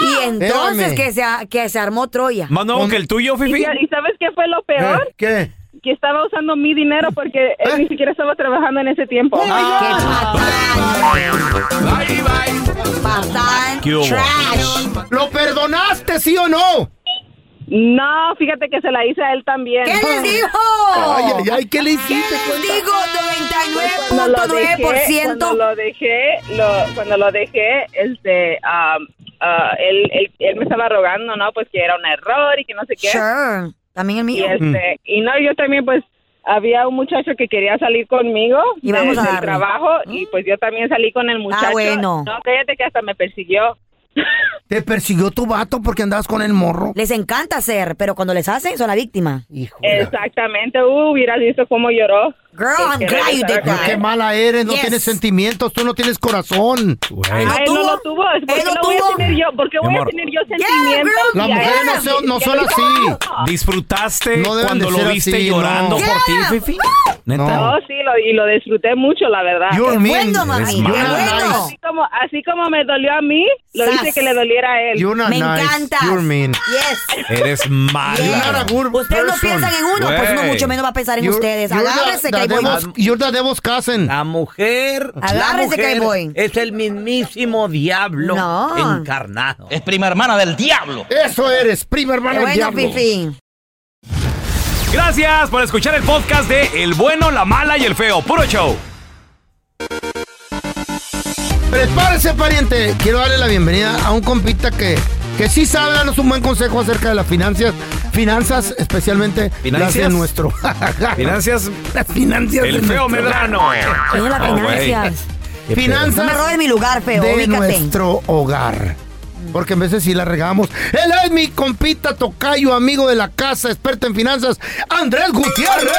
[SPEAKER 4] Y entonces
[SPEAKER 15] Espérame.
[SPEAKER 4] que se, a- que se armó Troya.
[SPEAKER 1] ¿Más nuevo que el tuyo,
[SPEAKER 15] ¿Y,
[SPEAKER 1] Fifi?
[SPEAKER 15] y sabes qué fue lo peor?
[SPEAKER 3] ¿Qué?
[SPEAKER 15] Que estaba usando mi dinero porque él
[SPEAKER 3] Eh.
[SPEAKER 15] ni siquiera estaba trabajando en ese
[SPEAKER 3] Oh
[SPEAKER 15] tiempo. Ah.
[SPEAKER 4] Patán.
[SPEAKER 1] ¿Qué hubo?
[SPEAKER 3] ¿Lo perdonaste, sí o no?
[SPEAKER 15] No, fíjate que se la hice a él también.
[SPEAKER 4] ¿Qué
[SPEAKER 15] [laughs]
[SPEAKER 4] les dijo?
[SPEAKER 3] Ay, ay, ay, ¿qué le hiciste? cuenta?
[SPEAKER 4] Digo
[SPEAKER 15] Cuando lo dejé,
[SPEAKER 4] 99.9%.
[SPEAKER 15] Cuando lo dejé, lo- cuando lo dejé, este, am, ah, él, él- él me estaba rogando, ¿no? Pues que era un error y que no sé qué.
[SPEAKER 4] Sure. También el
[SPEAKER 15] Y,
[SPEAKER 4] mío.
[SPEAKER 3] Mm.
[SPEAKER 15] este, y no, yo también, pues, había un muchacho que quería salir conmigo
[SPEAKER 4] Y vamos
[SPEAKER 15] de-
[SPEAKER 4] a
[SPEAKER 15] del
[SPEAKER 4] darle. Mm. Ah,
[SPEAKER 15] trabajo y pues yo también salí con el muchacho.
[SPEAKER 4] bueno.
[SPEAKER 15] No, cállate que hasta me persiguió.
[SPEAKER 3] ¿Te persiguió tu vato porque andabas con el morro?
[SPEAKER 4] Les encanta hacer, pero cuando les hacen, son la víctima.
[SPEAKER 3] Hijo.
[SPEAKER 15] Exactamente, uh, hubieras visto cómo lloró.
[SPEAKER 4] Girl, Oh, I'm glad you did
[SPEAKER 3] Pero
[SPEAKER 4] that.
[SPEAKER 3] qué mala eres, no
[SPEAKER 4] Yes.
[SPEAKER 3] tienes sentimientos, tú no tienes corazón.
[SPEAKER 15] Ah, él no lo tuvo. ¿Por qué
[SPEAKER 4] Él lo
[SPEAKER 15] lo voy
[SPEAKER 4] tuvo.
[SPEAKER 15] a tener yo? ¿Por qué
[SPEAKER 3] Mi
[SPEAKER 15] voy a
[SPEAKER 3] amor.
[SPEAKER 15] tener yo
[SPEAKER 4] Yeah,
[SPEAKER 15] sentimientos?
[SPEAKER 4] girl,
[SPEAKER 3] Las
[SPEAKER 15] Y a
[SPEAKER 3] mujeres
[SPEAKER 15] él
[SPEAKER 3] no, son- no
[SPEAKER 15] que
[SPEAKER 3] son
[SPEAKER 15] le-
[SPEAKER 3] así.
[SPEAKER 1] ¿Disfrutaste
[SPEAKER 3] No deben
[SPEAKER 1] cuando
[SPEAKER 3] de
[SPEAKER 1] lo
[SPEAKER 3] ser
[SPEAKER 1] viste
[SPEAKER 3] así,
[SPEAKER 1] llorando
[SPEAKER 3] no.
[SPEAKER 1] por ti, Fifi? ¿Neta?
[SPEAKER 15] No, sí, lo, y lo disfruté mucho, la verdad.
[SPEAKER 3] You're mean.
[SPEAKER 4] bueno, mami,
[SPEAKER 3] Eres
[SPEAKER 4] qué
[SPEAKER 3] mala.
[SPEAKER 4] bueno.
[SPEAKER 15] Así como, así como me dolió a mí, lo
[SPEAKER 4] Sas.
[SPEAKER 15] hice que le doliera a él.
[SPEAKER 3] You're not
[SPEAKER 4] Me
[SPEAKER 3] nice.
[SPEAKER 4] encantas.
[SPEAKER 3] You're mean.
[SPEAKER 4] Yes.
[SPEAKER 1] Eres
[SPEAKER 3] You're not a
[SPEAKER 1] mala.
[SPEAKER 3] good
[SPEAKER 4] Ustedes no
[SPEAKER 3] person.
[SPEAKER 4] piensan en uno, pues uno
[SPEAKER 1] Güey.
[SPEAKER 4] mucho menos va a pensar en
[SPEAKER 3] You're-
[SPEAKER 4] ustedes.
[SPEAKER 3] you're the-
[SPEAKER 4] Agárrese,
[SPEAKER 3] the
[SPEAKER 4] Clayboy.
[SPEAKER 3] devil's- You're the devil's cousin.
[SPEAKER 2] La mujer, la
[SPEAKER 4] Agárrese,
[SPEAKER 2] mujer
[SPEAKER 4] Playboy.
[SPEAKER 2] es el mismísimo diablo
[SPEAKER 4] No.
[SPEAKER 2] encarnado.
[SPEAKER 16] prima hermana del diablo.
[SPEAKER 3] Eso eres, prima hermana
[SPEAKER 4] Qué
[SPEAKER 3] del
[SPEAKER 4] bueno,
[SPEAKER 3] diablo.
[SPEAKER 4] Fifi.
[SPEAKER 1] Gracias por escuchar el podcast de El Bueno, la Mala y el Feo. Puro show.
[SPEAKER 3] Prepárese, pariente. Quiero darle la bienvenida a un compita que, que sí sabe darnos un buen consejo acerca de las finanzas. Finanzas, especialmente las de
[SPEAKER 1] ¿Financias?
[SPEAKER 3] nuestro. [laughs]
[SPEAKER 1] Gracias,
[SPEAKER 3] las finanzas de
[SPEAKER 1] El
[SPEAKER 3] nuestro-
[SPEAKER 1] Feo Medrano.
[SPEAKER 3] [laughs]
[SPEAKER 4] ¿Qué es la
[SPEAKER 1] Oh, güey.
[SPEAKER 4] finanzas?
[SPEAKER 1] Qué pedo.
[SPEAKER 4] No me
[SPEAKER 3] Finanzas
[SPEAKER 4] robes mi lugar, feo.
[SPEAKER 3] de
[SPEAKER 4] Ubícate.
[SPEAKER 3] nuestro hogar. Porque en veces sí la regamos. Él es mi compita, tocayo, amigo de la casa, experto en finanzas, Andrés Gutiérrez.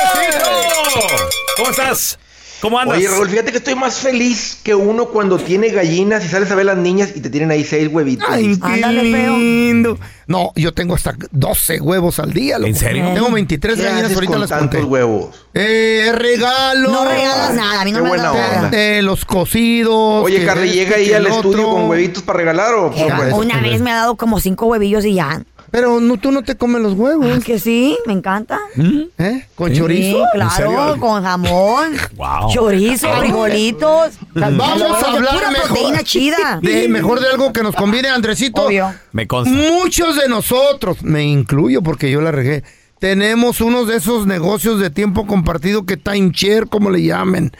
[SPEAKER 1] ¿Cómo estás? ¿Cómo andas?
[SPEAKER 17] Oye, Raúl, fíjate que estoy más feliz que uno cuando tiene gallinas y sales a ver las niñas y te tienen ahí seis huevitos.
[SPEAKER 3] Ay, qué
[SPEAKER 4] Ándale, feo.
[SPEAKER 3] lindo. No, yo tengo hasta 12 huevos al día. loco.
[SPEAKER 1] ¿En serio?
[SPEAKER 3] Tengo 23
[SPEAKER 17] ¿Qué
[SPEAKER 3] gallinas,
[SPEAKER 17] haces
[SPEAKER 3] ahorita
[SPEAKER 17] con
[SPEAKER 3] las
[SPEAKER 17] tantos
[SPEAKER 3] conté.
[SPEAKER 17] huevos?
[SPEAKER 3] Eh, regalo.
[SPEAKER 4] No regalas nada, a mí no
[SPEAKER 17] Qué
[SPEAKER 4] me
[SPEAKER 17] buena
[SPEAKER 4] regalas
[SPEAKER 17] onda.
[SPEAKER 4] nada.
[SPEAKER 3] Eh, los cocidos.
[SPEAKER 17] Oye,
[SPEAKER 3] que
[SPEAKER 17] Carly,
[SPEAKER 3] este,
[SPEAKER 17] ¿llega ahí
[SPEAKER 3] que
[SPEAKER 17] al
[SPEAKER 3] el
[SPEAKER 17] estudio
[SPEAKER 3] otro.
[SPEAKER 17] con huevitos para regalar o cómo
[SPEAKER 3] Ya,
[SPEAKER 17] fue?
[SPEAKER 3] eso
[SPEAKER 4] Una
[SPEAKER 3] que
[SPEAKER 4] vez
[SPEAKER 3] me-
[SPEAKER 4] me ha dado como cinco huevillos y ya.
[SPEAKER 3] Pero no, tú no te comes los
[SPEAKER 4] Ah,
[SPEAKER 3] huevos.
[SPEAKER 4] que sí, me encanta.
[SPEAKER 1] ¿Mm?
[SPEAKER 3] ¿Eh? ¿Con
[SPEAKER 4] Sí,
[SPEAKER 3] chorizo?
[SPEAKER 4] claro, con
[SPEAKER 3] [laughs]
[SPEAKER 4] jamón,
[SPEAKER 1] Wow.
[SPEAKER 4] chorizo, frijolitos.
[SPEAKER 3] Vamos a hablar
[SPEAKER 4] pura
[SPEAKER 3] mejor.
[SPEAKER 4] proteína chida.
[SPEAKER 3] De, mejor de algo que nos conviene, Andresito.
[SPEAKER 4] Obvio.
[SPEAKER 1] Me consta.
[SPEAKER 3] Muchos de nosotros, me incluyo porque yo la regué, tenemos unos de esos negocios de tiempo compartido que timeshare, como le llamen.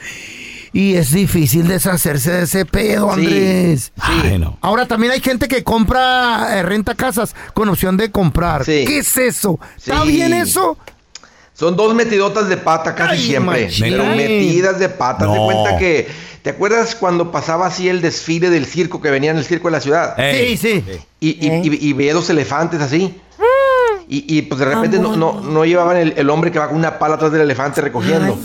[SPEAKER 3] Y es difícil deshacerse de ese pedo,
[SPEAKER 17] Sí,
[SPEAKER 3] Andrés.
[SPEAKER 1] Ay, no.
[SPEAKER 3] Ahora también hay gente que compra, eh, renta casas con opción de comprar.
[SPEAKER 17] Sí.
[SPEAKER 3] ¿Qué es eso? ¿Está
[SPEAKER 17] Sí.
[SPEAKER 3] bien eso?
[SPEAKER 17] Son dos metidotas de pata casi
[SPEAKER 3] Ay,
[SPEAKER 17] siempre.
[SPEAKER 3] machín.
[SPEAKER 17] Pero
[SPEAKER 3] Neta.
[SPEAKER 17] metidas de pata. Haz de
[SPEAKER 1] No.
[SPEAKER 17] cuenta que. ¿Te acuerdas cuando pasaba así el desfile del circo que venía en el circo de la ciudad?
[SPEAKER 1] Ey,
[SPEAKER 3] Sí, sí.
[SPEAKER 17] Y, y, y- y veía los elefantes así. Y, y, pues de repente no, no, no llevaban el, el hombre que va con una pala atrás del elefante recogiendo.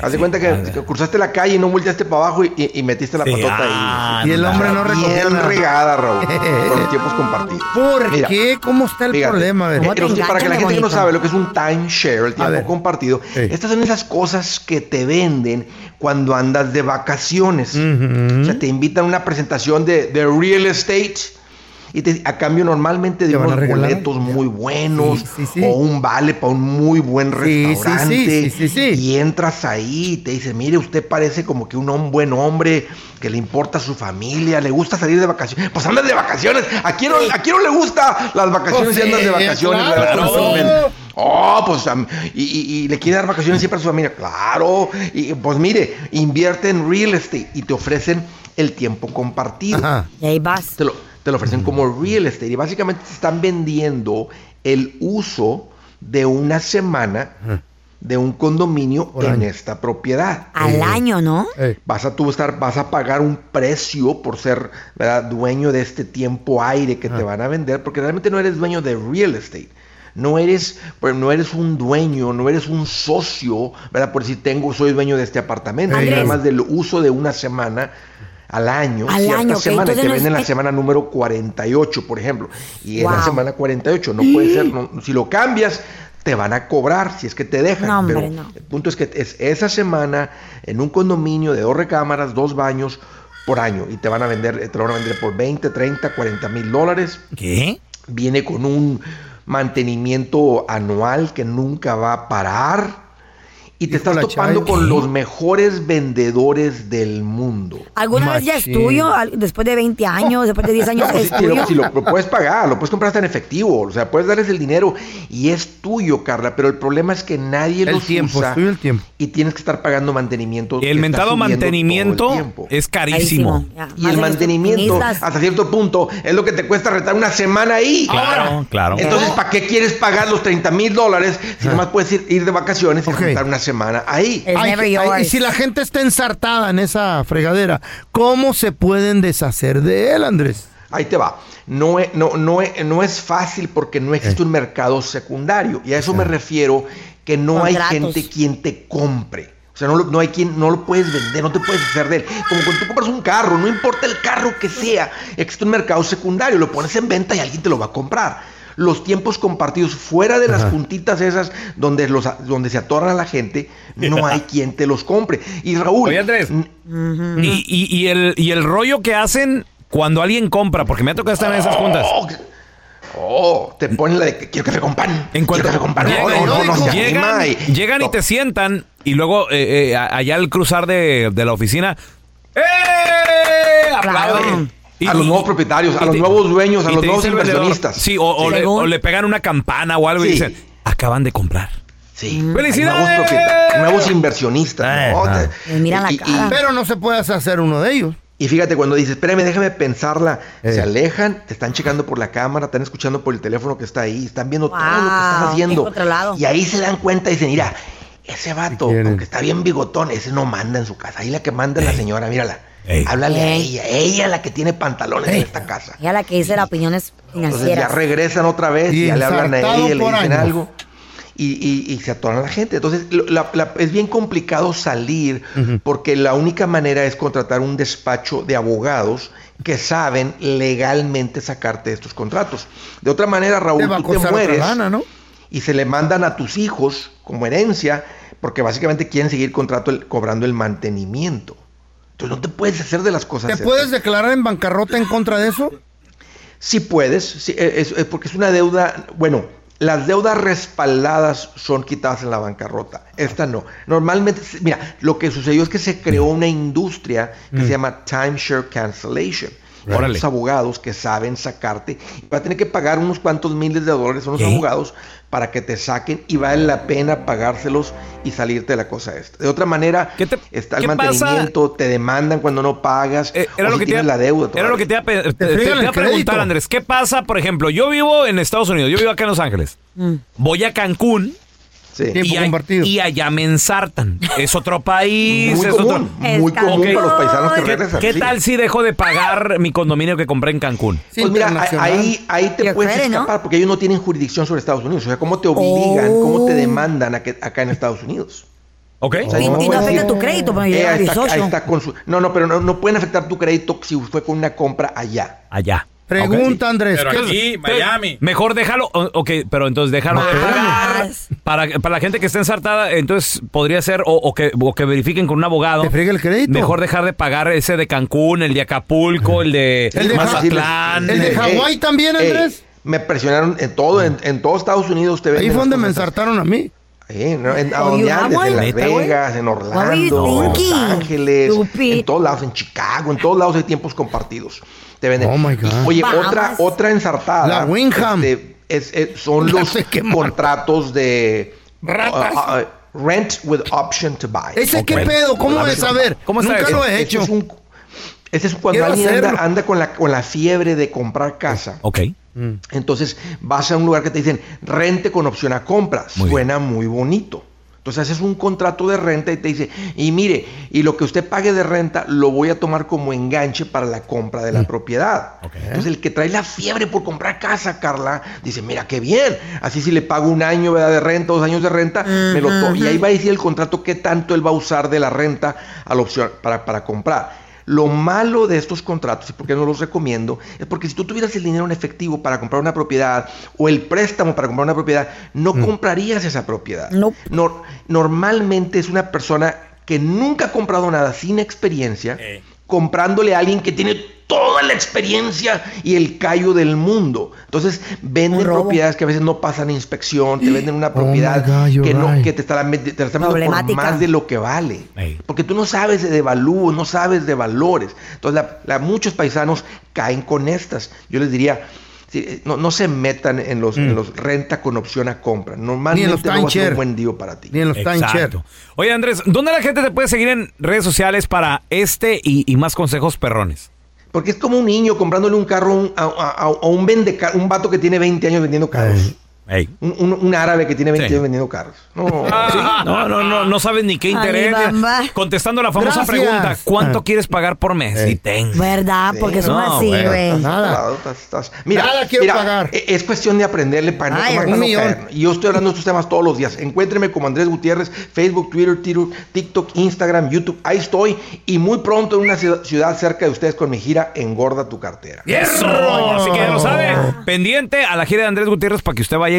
[SPEAKER 17] Haz de cuenta que, que cruzaste la calle y no volteaste para abajo y, y- y metiste la
[SPEAKER 3] Sí,
[SPEAKER 17] patota
[SPEAKER 3] ah,
[SPEAKER 17] ahí.
[SPEAKER 3] Y el
[SPEAKER 17] Está
[SPEAKER 3] hombre no recogió
[SPEAKER 17] Bien
[SPEAKER 3] nada. [laughs]
[SPEAKER 17] regada, Raúl. Con los tiempos compartidos.
[SPEAKER 3] ¿Por
[SPEAKER 17] Mira,
[SPEAKER 3] qué? ¿Cómo está el
[SPEAKER 17] Fíjate,
[SPEAKER 3] problema? A ver.
[SPEAKER 17] eh, los- para que la gente que no sabe lo que es un timeshare, el tiempo compartido, estas son esas cosas que te venden cuando andas de vacaciones. O sea, te invitan a una presentación de, de real estate y te- a cambio normalmente de
[SPEAKER 3] van a
[SPEAKER 17] unos
[SPEAKER 3] regalar.
[SPEAKER 17] boletos muy buenos
[SPEAKER 3] Sí, sí, sí.
[SPEAKER 17] o un vale para un muy buen
[SPEAKER 3] Sí, sí, sí,
[SPEAKER 17] restaurante.
[SPEAKER 3] sí,
[SPEAKER 17] Y entras ahí y te dice, mire, usted parece como que un hom- buen hombre que le importa su familia, le gusta salir de vacaciones. Pues andas de vacaciones. ¿A quién no, a quién no le gusta las vacaciones
[SPEAKER 3] Pues
[SPEAKER 17] y andas
[SPEAKER 3] sí,
[SPEAKER 17] de vacaciones?
[SPEAKER 3] claro.
[SPEAKER 17] La verdad,
[SPEAKER 3] Claro.
[SPEAKER 17] men. Oh, pues am- y, y- y le quiere dar vacaciones siempre a su familia. Claro. Y pues mire, invierte en real estate y te ofrecen el tiempo compartido.
[SPEAKER 4] Y ahí vas.
[SPEAKER 17] Te lo, te lo ofrecen como real estate. Y básicamente te están vendiendo el uso de una semana de un condominio en esta propiedad.
[SPEAKER 4] Al año, ¿no?
[SPEAKER 17] Vas a tú estar, vas a pagar un precio por ser ¿verdad? dueño de este tiempo aire que te van a vender, porque realmente no eres dueño de real estate. No eres, pues, no eres un dueño, no eres un socio, ¿verdad? Por si tengo, soy dueño de este apartamento.
[SPEAKER 4] Andrés.
[SPEAKER 17] Nada más del uso de una semana al año,
[SPEAKER 4] Al
[SPEAKER 17] cierta
[SPEAKER 4] año, ok,
[SPEAKER 17] semana, y
[SPEAKER 4] entonces
[SPEAKER 17] te
[SPEAKER 4] no es-
[SPEAKER 17] venden la semana número 48, por ejemplo. Y es la
[SPEAKER 4] Wow.
[SPEAKER 17] semana 48, no puede ser, no- si lo cambias, te van a cobrar si es que te dejan.
[SPEAKER 4] No, hombre,
[SPEAKER 17] pero
[SPEAKER 4] no.
[SPEAKER 17] el punto es que es esa semana en un condominio de dos recámaras, dos baños por año y te van a vender, eh, te lo van a vender por 20, 30, 40 mil dólares.
[SPEAKER 1] ¿Qué?
[SPEAKER 17] Viene con un mantenimiento anual que nunca va a parar. Y te estás
[SPEAKER 4] la
[SPEAKER 17] topando
[SPEAKER 4] Chayo.
[SPEAKER 17] con los mejores vendedores del mundo.
[SPEAKER 4] ¿Alguna vez ya es tuyo? Al- Después de 20 años, después de 10 años,
[SPEAKER 17] No,
[SPEAKER 4] ¿es
[SPEAKER 17] si, si
[SPEAKER 4] tuyo?
[SPEAKER 17] lo, si lo- lo puedes pagar, lo puedes comprar hasta en efectivo, o sea, puedes darles el dinero y es tuyo, Carla, pero el problema es que nadie
[SPEAKER 3] El
[SPEAKER 17] los
[SPEAKER 3] tiempo,
[SPEAKER 17] usa
[SPEAKER 3] es tuyo el tiempo.
[SPEAKER 17] y tienes que estar pagando mantenimiento. que
[SPEAKER 1] El
[SPEAKER 17] está
[SPEAKER 1] mentado
[SPEAKER 17] subiendo todo el
[SPEAKER 1] mantenimiento
[SPEAKER 17] tiempo.
[SPEAKER 1] es carísimo.
[SPEAKER 17] Y el mantenimiento, hasta cierto punto, es lo que te cuesta rentar una semana ahí.
[SPEAKER 1] Claro, claro.
[SPEAKER 17] Entonces, ¿para qué quieres pagar los 30 mil dólares si nomás puedes ir, ir de vacaciones y rentar una semana ahí?
[SPEAKER 3] Ah. Ay, ay, y si la gente está ensartada en esa fregadera, ¿cómo se pueden deshacer de él, Andrés?
[SPEAKER 17] Ahí te va. No es, no, no, es, no es fácil porque no existe un mercado secundario. Y a eso me refiero que no
[SPEAKER 3] Contratos.
[SPEAKER 17] hay gente quien te compre. O sea, no, lo- no hay quien, no lo puedes vender, no te puedes hacer de él. Como cuando tú compras un carro, no importa el carro que sea, existe un mercado secundario, lo pones en venta y alguien te lo va a comprar. Los tiempos compartidos fuera de las puntitas esas donde, los, a- donde se atorra la gente, [laughs] no hay quien te los compre. Y Raúl, Mm.
[SPEAKER 1] Oye, Andrés. Y, y- y el, y el rollo que hacen cuando alguien compra, porque me ha tocado estar en esas juntas.
[SPEAKER 17] Oh, te ponen la de que quiero que recompanen. En cuanto
[SPEAKER 1] Llegan,
[SPEAKER 17] no, no, no, se anima
[SPEAKER 1] llegan,
[SPEAKER 17] y-
[SPEAKER 1] llegan y te sientan y luego eh, eh, a- allá al cruzar de, de la oficina aplauden. Y-
[SPEAKER 17] a los nuevos propietarios, a los nuevos dueños, a
[SPEAKER 1] y
[SPEAKER 17] los
[SPEAKER 1] te
[SPEAKER 17] nuevos
[SPEAKER 1] dice el vendedor,
[SPEAKER 17] inversionistas.
[SPEAKER 1] Sí, o, o le,
[SPEAKER 17] Según-
[SPEAKER 1] o le pegan una campana o algo y
[SPEAKER 17] Sí.
[SPEAKER 1] dicen, acaban de comprar.
[SPEAKER 17] Sí.
[SPEAKER 1] ¡Felicidades!
[SPEAKER 17] Hay Nuevos, propietarios, nuevos inversionistas. ¿no?
[SPEAKER 1] no.
[SPEAKER 17] Te- y- y-
[SPEAKER 3] Pero no se puede hacer uno de ellos.
[SPEAKER 17] Y fíjate, cuando dices, espérame, déjame pensarla,
[SPEAKER 1] Eh.
[SPEAKER 17] se alejan, te están checando por la cámara, están escuchando por el teléfono que está ahí, están viendo todo lo que estás
[SPEAKER 4] Wow,
[SPEAKER 17] haciendo.
[SPEAKER 4] es otro lado.
[SPEAKER 17] Y ahí se dan cuenta y dicen, mira, ese vato, aunque está bien bigotón, ese no manda en su casa. Ahí la que manda es la señora, mírala. Háblale a
[SPEAKER 4] Ey.
[SPEAKER 17] ella, ella la que tiene pantalones en esta casa.
[SPEAKER 4] Ya la que dice las opiniones
[SPEAKER 17] Entonces ya
[SPEAKER 4] financieras.
[SPEAKER 17] regresan otra vez
[SPEAKER 4] Y
[SPEAKER 17] y ya le hablan a
[SPEAKER 4] ensartado
[SPEAKER 17] ella, le
[SPEAKER 4] por
[SPEAKER 17] dicen
[SPEAKER 4] años.
[SPEAKER 17] algo. Y, y- y se atoran la gente. Entonces, lo- la- la- es bien complicado salir porque la única manera es contratar un despacho de abogados que saben legalmente sacarte estos contratos. De otra manera, Raúl,
[SPEAKER 3] Te va a
[SPEAKER 17] tú te
[SPEAKER 3] costar otra
[SPEAKER 17] mueres
[SPEAKER 3] lana, ¿no?
[SPEAKER 17] y se le mandan a tus hijos como herencia porque básicamente quieren seguir contrato el- cobrando el mantenimiento. Entonces, no te puedes hacer de las cosas.
[SPEAKER 3] ¿Te
[SPEAKER 17] estas.
[SPEAKER 3] puedes declarar en bancarrota en contra de eso?
[SPEAKER 17] Sí puedes, sí, eh, es, eh, porque es una deuda, bueno, las deudas respaldadas son quitadas en la bancarrota, esta no. Normalmente, sí, mira, lo que sucedió es que se creó una industria que se llama timeshare cancellation. Y hay
[SPEAKER 1] Mm. Órale.
[SPEAKER 17] unos abogados que saben sacarte, va a tener que pagar unos cuantos miles de dólares a unos abogados para que te saquen y vale la pena pagárselos y salirte de la cosa esta. De otra manera, está el
[SPEAKER 1] qué pasa? Eh,
[SPEAKER 17] mantenimiento, te demandan cuando no pagas,
[SPEAKER 1] Era
[SPEAKER 17] o
[SPEAKER 1] lo,
[SPEAKER 17] si
[SPEAKER 1] que te
[SPEAKER 17] tienes
[SPEAKER 1] iba-
[SPEAKER 17] la deuda.
[SPEAKER 1] era lo que te iba a pe- te- te
[SPEAKER 17] friegan
[SPEAKER 1] iba
[SPEAKER 17] el
[SPEAKER 1] a preguntar,
[SPEAKER 17] crédito.
[SPEAKER 1] Andrés.
[SPEAKER 4] Mm.
[SPEAKER 1] ¿Qué pasa, por ejemplo? Yo vivo en Estados Unidos, yo vivo acá en Los Ángeles. Voy a Cancún Y, a- y allá me ensartan. Es otro país.
[SPEAKER 17] Muy
[SPEAKER 1] es
[SPEAKER 17] común,
[SPEAKER 1] otro-
[SPEAKER 17] muy
[SPEAKER 1] Ok.
[SPEAKER 17] común para los paisanos que
[SPEAKER 1] ¿Qué-
[SPEAKER 17] regresan,
[SPEAKER 1] ¿Qué
[SPEAKER 17] sí.
[SPEAKER 1] tal si dejo de pagar mi condominio que compré en Cancún?
[SPEAKER 17] Pues mira, ahí- ahí, ahí te puedes
[SPEAKER 1] Fede, ¿no?
[SPEAKER 17] escapar porque ellos no tienen jurisdicción sobre Estados Unidos. O sea, ¿cómo te obligan, cómo te demandan a que- acá en Estados Unidos?
[SPEAKER 1] ¿Ok?
[SPEAKER 17] O sea, ellos
[SPEAKER 4] Oh. Y- y no
[SPEAKER 17] pueden
[SPEAKER 4] afecta tu crédito, pues, porque yo
[SPEAKER 17] Oh, "Eh,
[SPEAKER 4] era
[SPEAKER 17] ahí está-
[SPEAKER 4] 18".
[SPEAKER 17] ahí está con su- No, no, pero no, no pueden afectar tu crédito si fue con una compra allá.
[SPEAKER 1] Allá.
[SPEAKER 3] Pregunta, Andrés.
[SPEAKER 1] Pero
[SPEAKER 3] ¿qué-
[SPEAKER 1] aquí, Miami. Mejor déjalo. o- Ok, pero entonces déjalo de pagar. Para, para la gente que está ensartada, entonces podría ser o, o que, o que verifiquen con un abogado.
[SPEAKER 3] Te friegue el crédito.
[SPEAKER 1] Mejor dejar de pagar ese de Cancún, el de Acapulco, el de,
[SPEAKER 17] El de
[SPEAKER 1] Mazatlán.
[SPEAKER 17] Eh, eh, eh, me presionaron en todo, en, en todo Estados Unidos. Te
[SPEAKER 3] Ahí fue donde me ensartaron a mí.
[SPEAKER 17] Eh, no, en, a
[SPEAKER 3] Oh,
[SPEAKER 17] donde
[SPEAKER 3] you
[SPEAKER 17] andes,
[SPEAKER 3] have
[SPEAKER 17] en
[SPEAKER 3] one?
[SPEAKER 17] Las
[SPEAKER 3] Neta, güey.
[SPEAKER 17] Vegas, en
[SPEAKER 3] What were you
[SPEAKER 17] Orlando, en Los
[SPEAKER 3] thinking?
[SPEAKER 17] Ángeles, en todos lados, en Chicago, en todos lados hay tiempos compartidos. Te venden.
[SPEAKER 3] Oh, my God.
[SPEAKER 17] Oye,
[SPEAKER 3] Bahamas.
[SPEAKER 17] otra, otra ensartada.
[SPEAKER 3] La Winham.
[SPEAKER 17] este, es- es-
[SPEAKER 3] [laughs]
[SPEAKER 17] son los contratos de uh, uh, rent with option to buy.
[SPEAKER 3] ¿Ese
[SPEAKER 17] Ok.
[SPEAKER 3] qué pedo? ¿Cómo
[SPEAKER 17] Con
[SPEAKER 3] es?
[SPEAKER 17] opción
[SPEAKER 3] A
[SPEAKER 17] to buy.
[SPEAKER 3] ver, ¿Cómo nunca sabes? lo he
[SPEAKER 17] Ese
[SPEAKER 3] hecho.
[SPEAKER 17] es un- Ese es cuando
[SPEAKER 3] Quiero
[SPEAKER 17] alguien
[SPEAKER 3] hacerlo.
[SPEAKER 17] anda, anda con, la, con la fiebre de comprar casa.
[SPEAKER 1] Ok.
[SPEAKER 17] Entonces vas a un lugar que te dicen rente con opción a compra. Suena muy bonito. Entonces haces un contrato de renta y te dice, y mire, y lo que usted pague de renta lo voy a tomar como enganche para la compra de la propiedad. Entonces el que trae la fiebre por comprar casa, Carla, dice, mira qué bien. Así si le pago un año ¿verdad? de renta, dos años de renta, me lo to-". Y ahí va a decir el contrato qué tanto él va a usar de la renta a la opción para, para comprar. Lo malo de estos contratos, y por qué no los recomiendo, es porque si tú tuvieras el dinero en efectivo para comprar una propiedad o el préstamo para comprar una propiedad, no comprarías esa propiedad. Nor- normalmente es una persona que nunca ha comprado nada sin experiencia, comprándole a alguien que tiene toda la experiencia y el callo del mundo. Entonces venden propiedades que a veces no pasan inspección, te venden una propiedad
[SPEAKER 3] Oh God, you're
[SPEAKER 17] que, no,
[SPEAKER 3] right.
[SPEAKER 17] que te estarán vendi- te la están vendiendo por
[SPEAKER 3] Problemática.
[SPEAKER 17] más de lo que vale.
[SPEAKER 1] Ey.
[SPEAKER 17] Porque tú no sabes de valúo, no sabes de valores. Entonces, la- la- muchos paisanos caen con estas. Yo les diría, sí, eh, no, no se metan en los,
[SPEAKER 3] Mm.
[SPEAKER 17] en los renta con opción a compra. Normalmente no va a ser
[SPEAKER 1] timeshare.
[SPEAKER 17] un buen día para ti.
[SPEAKER 3] Ni en los
[SPEAKER 1] Exacto.
[SPEAKER 3] timeshare.
[SPEAKER 1] Oye, Andrés, ¿dónde la gente te puede seguir en redes sociales para este y, y más consejos perrones?
[SPEAKER 17] Porque es como un niño comprándole un carro a un- a, a- a un vendecar- un vato que tiene 20 años vendiendo carros. Un, un- un árabe que tiene 20
[SPEAKER 1] Sí.
[SPEAKER 17] años vendiendo carros.
[SPEAKER 4] [laughs]
[SPEAKER 17] No,
[SPEAKER 1] Sí, No, no, no, no sabes ni qué
[SPEAKER 4] Ay,
[SPEAKER 1] interés.
[SPEAKER 4] mamá.
[SPEAKER 1] Contestando la famosa
[SPEAKER 4] Gracias.
[SPEAKER 1] pregunta, ¿cuánto quieres pagar por mes? Y tengo.
[SPEAKER 4] ¿Verdad? Ah, Porque son
[SPEAKER 1] No,
[SPEAKER 4] así,
[SPEAKER 1] bueno.
[SPEAKER 4] güey.
[SPEAKER 17] Nada. Estás- estás- Mira,
[SPEAKER 3] Nada quiero
[SPEAKER 17] mira,
[SPEAKER 3] pagar.
[SPEAKER 17] e- Es cuestión de aprenderle para no,
[SPEAKER 3] Ay,
[SPEAKER 17] para
[SPEAKER 3] un
[SPEAKER 17] no
[SPEAKER 3] millón.
[SPEAKER 17] caer. Y yo estoy hablando de estos temas todos los días. Encuéntreme como Andrés Gutiérrez, Facebook, Twitter, Tiro- TikTok, Instagram, YouTube. Ahí estoy. Y muy pronto en una ciudad, ciudad cerca de ustedes con mi gira Engorda tu cartera.
[SPEAKER 1] ¡Eso! Así que ya lo sabe. Pendiente a la gira de Andrés Gutiérrez para que usted vaya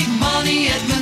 [SPEAKER 2] money at Menards.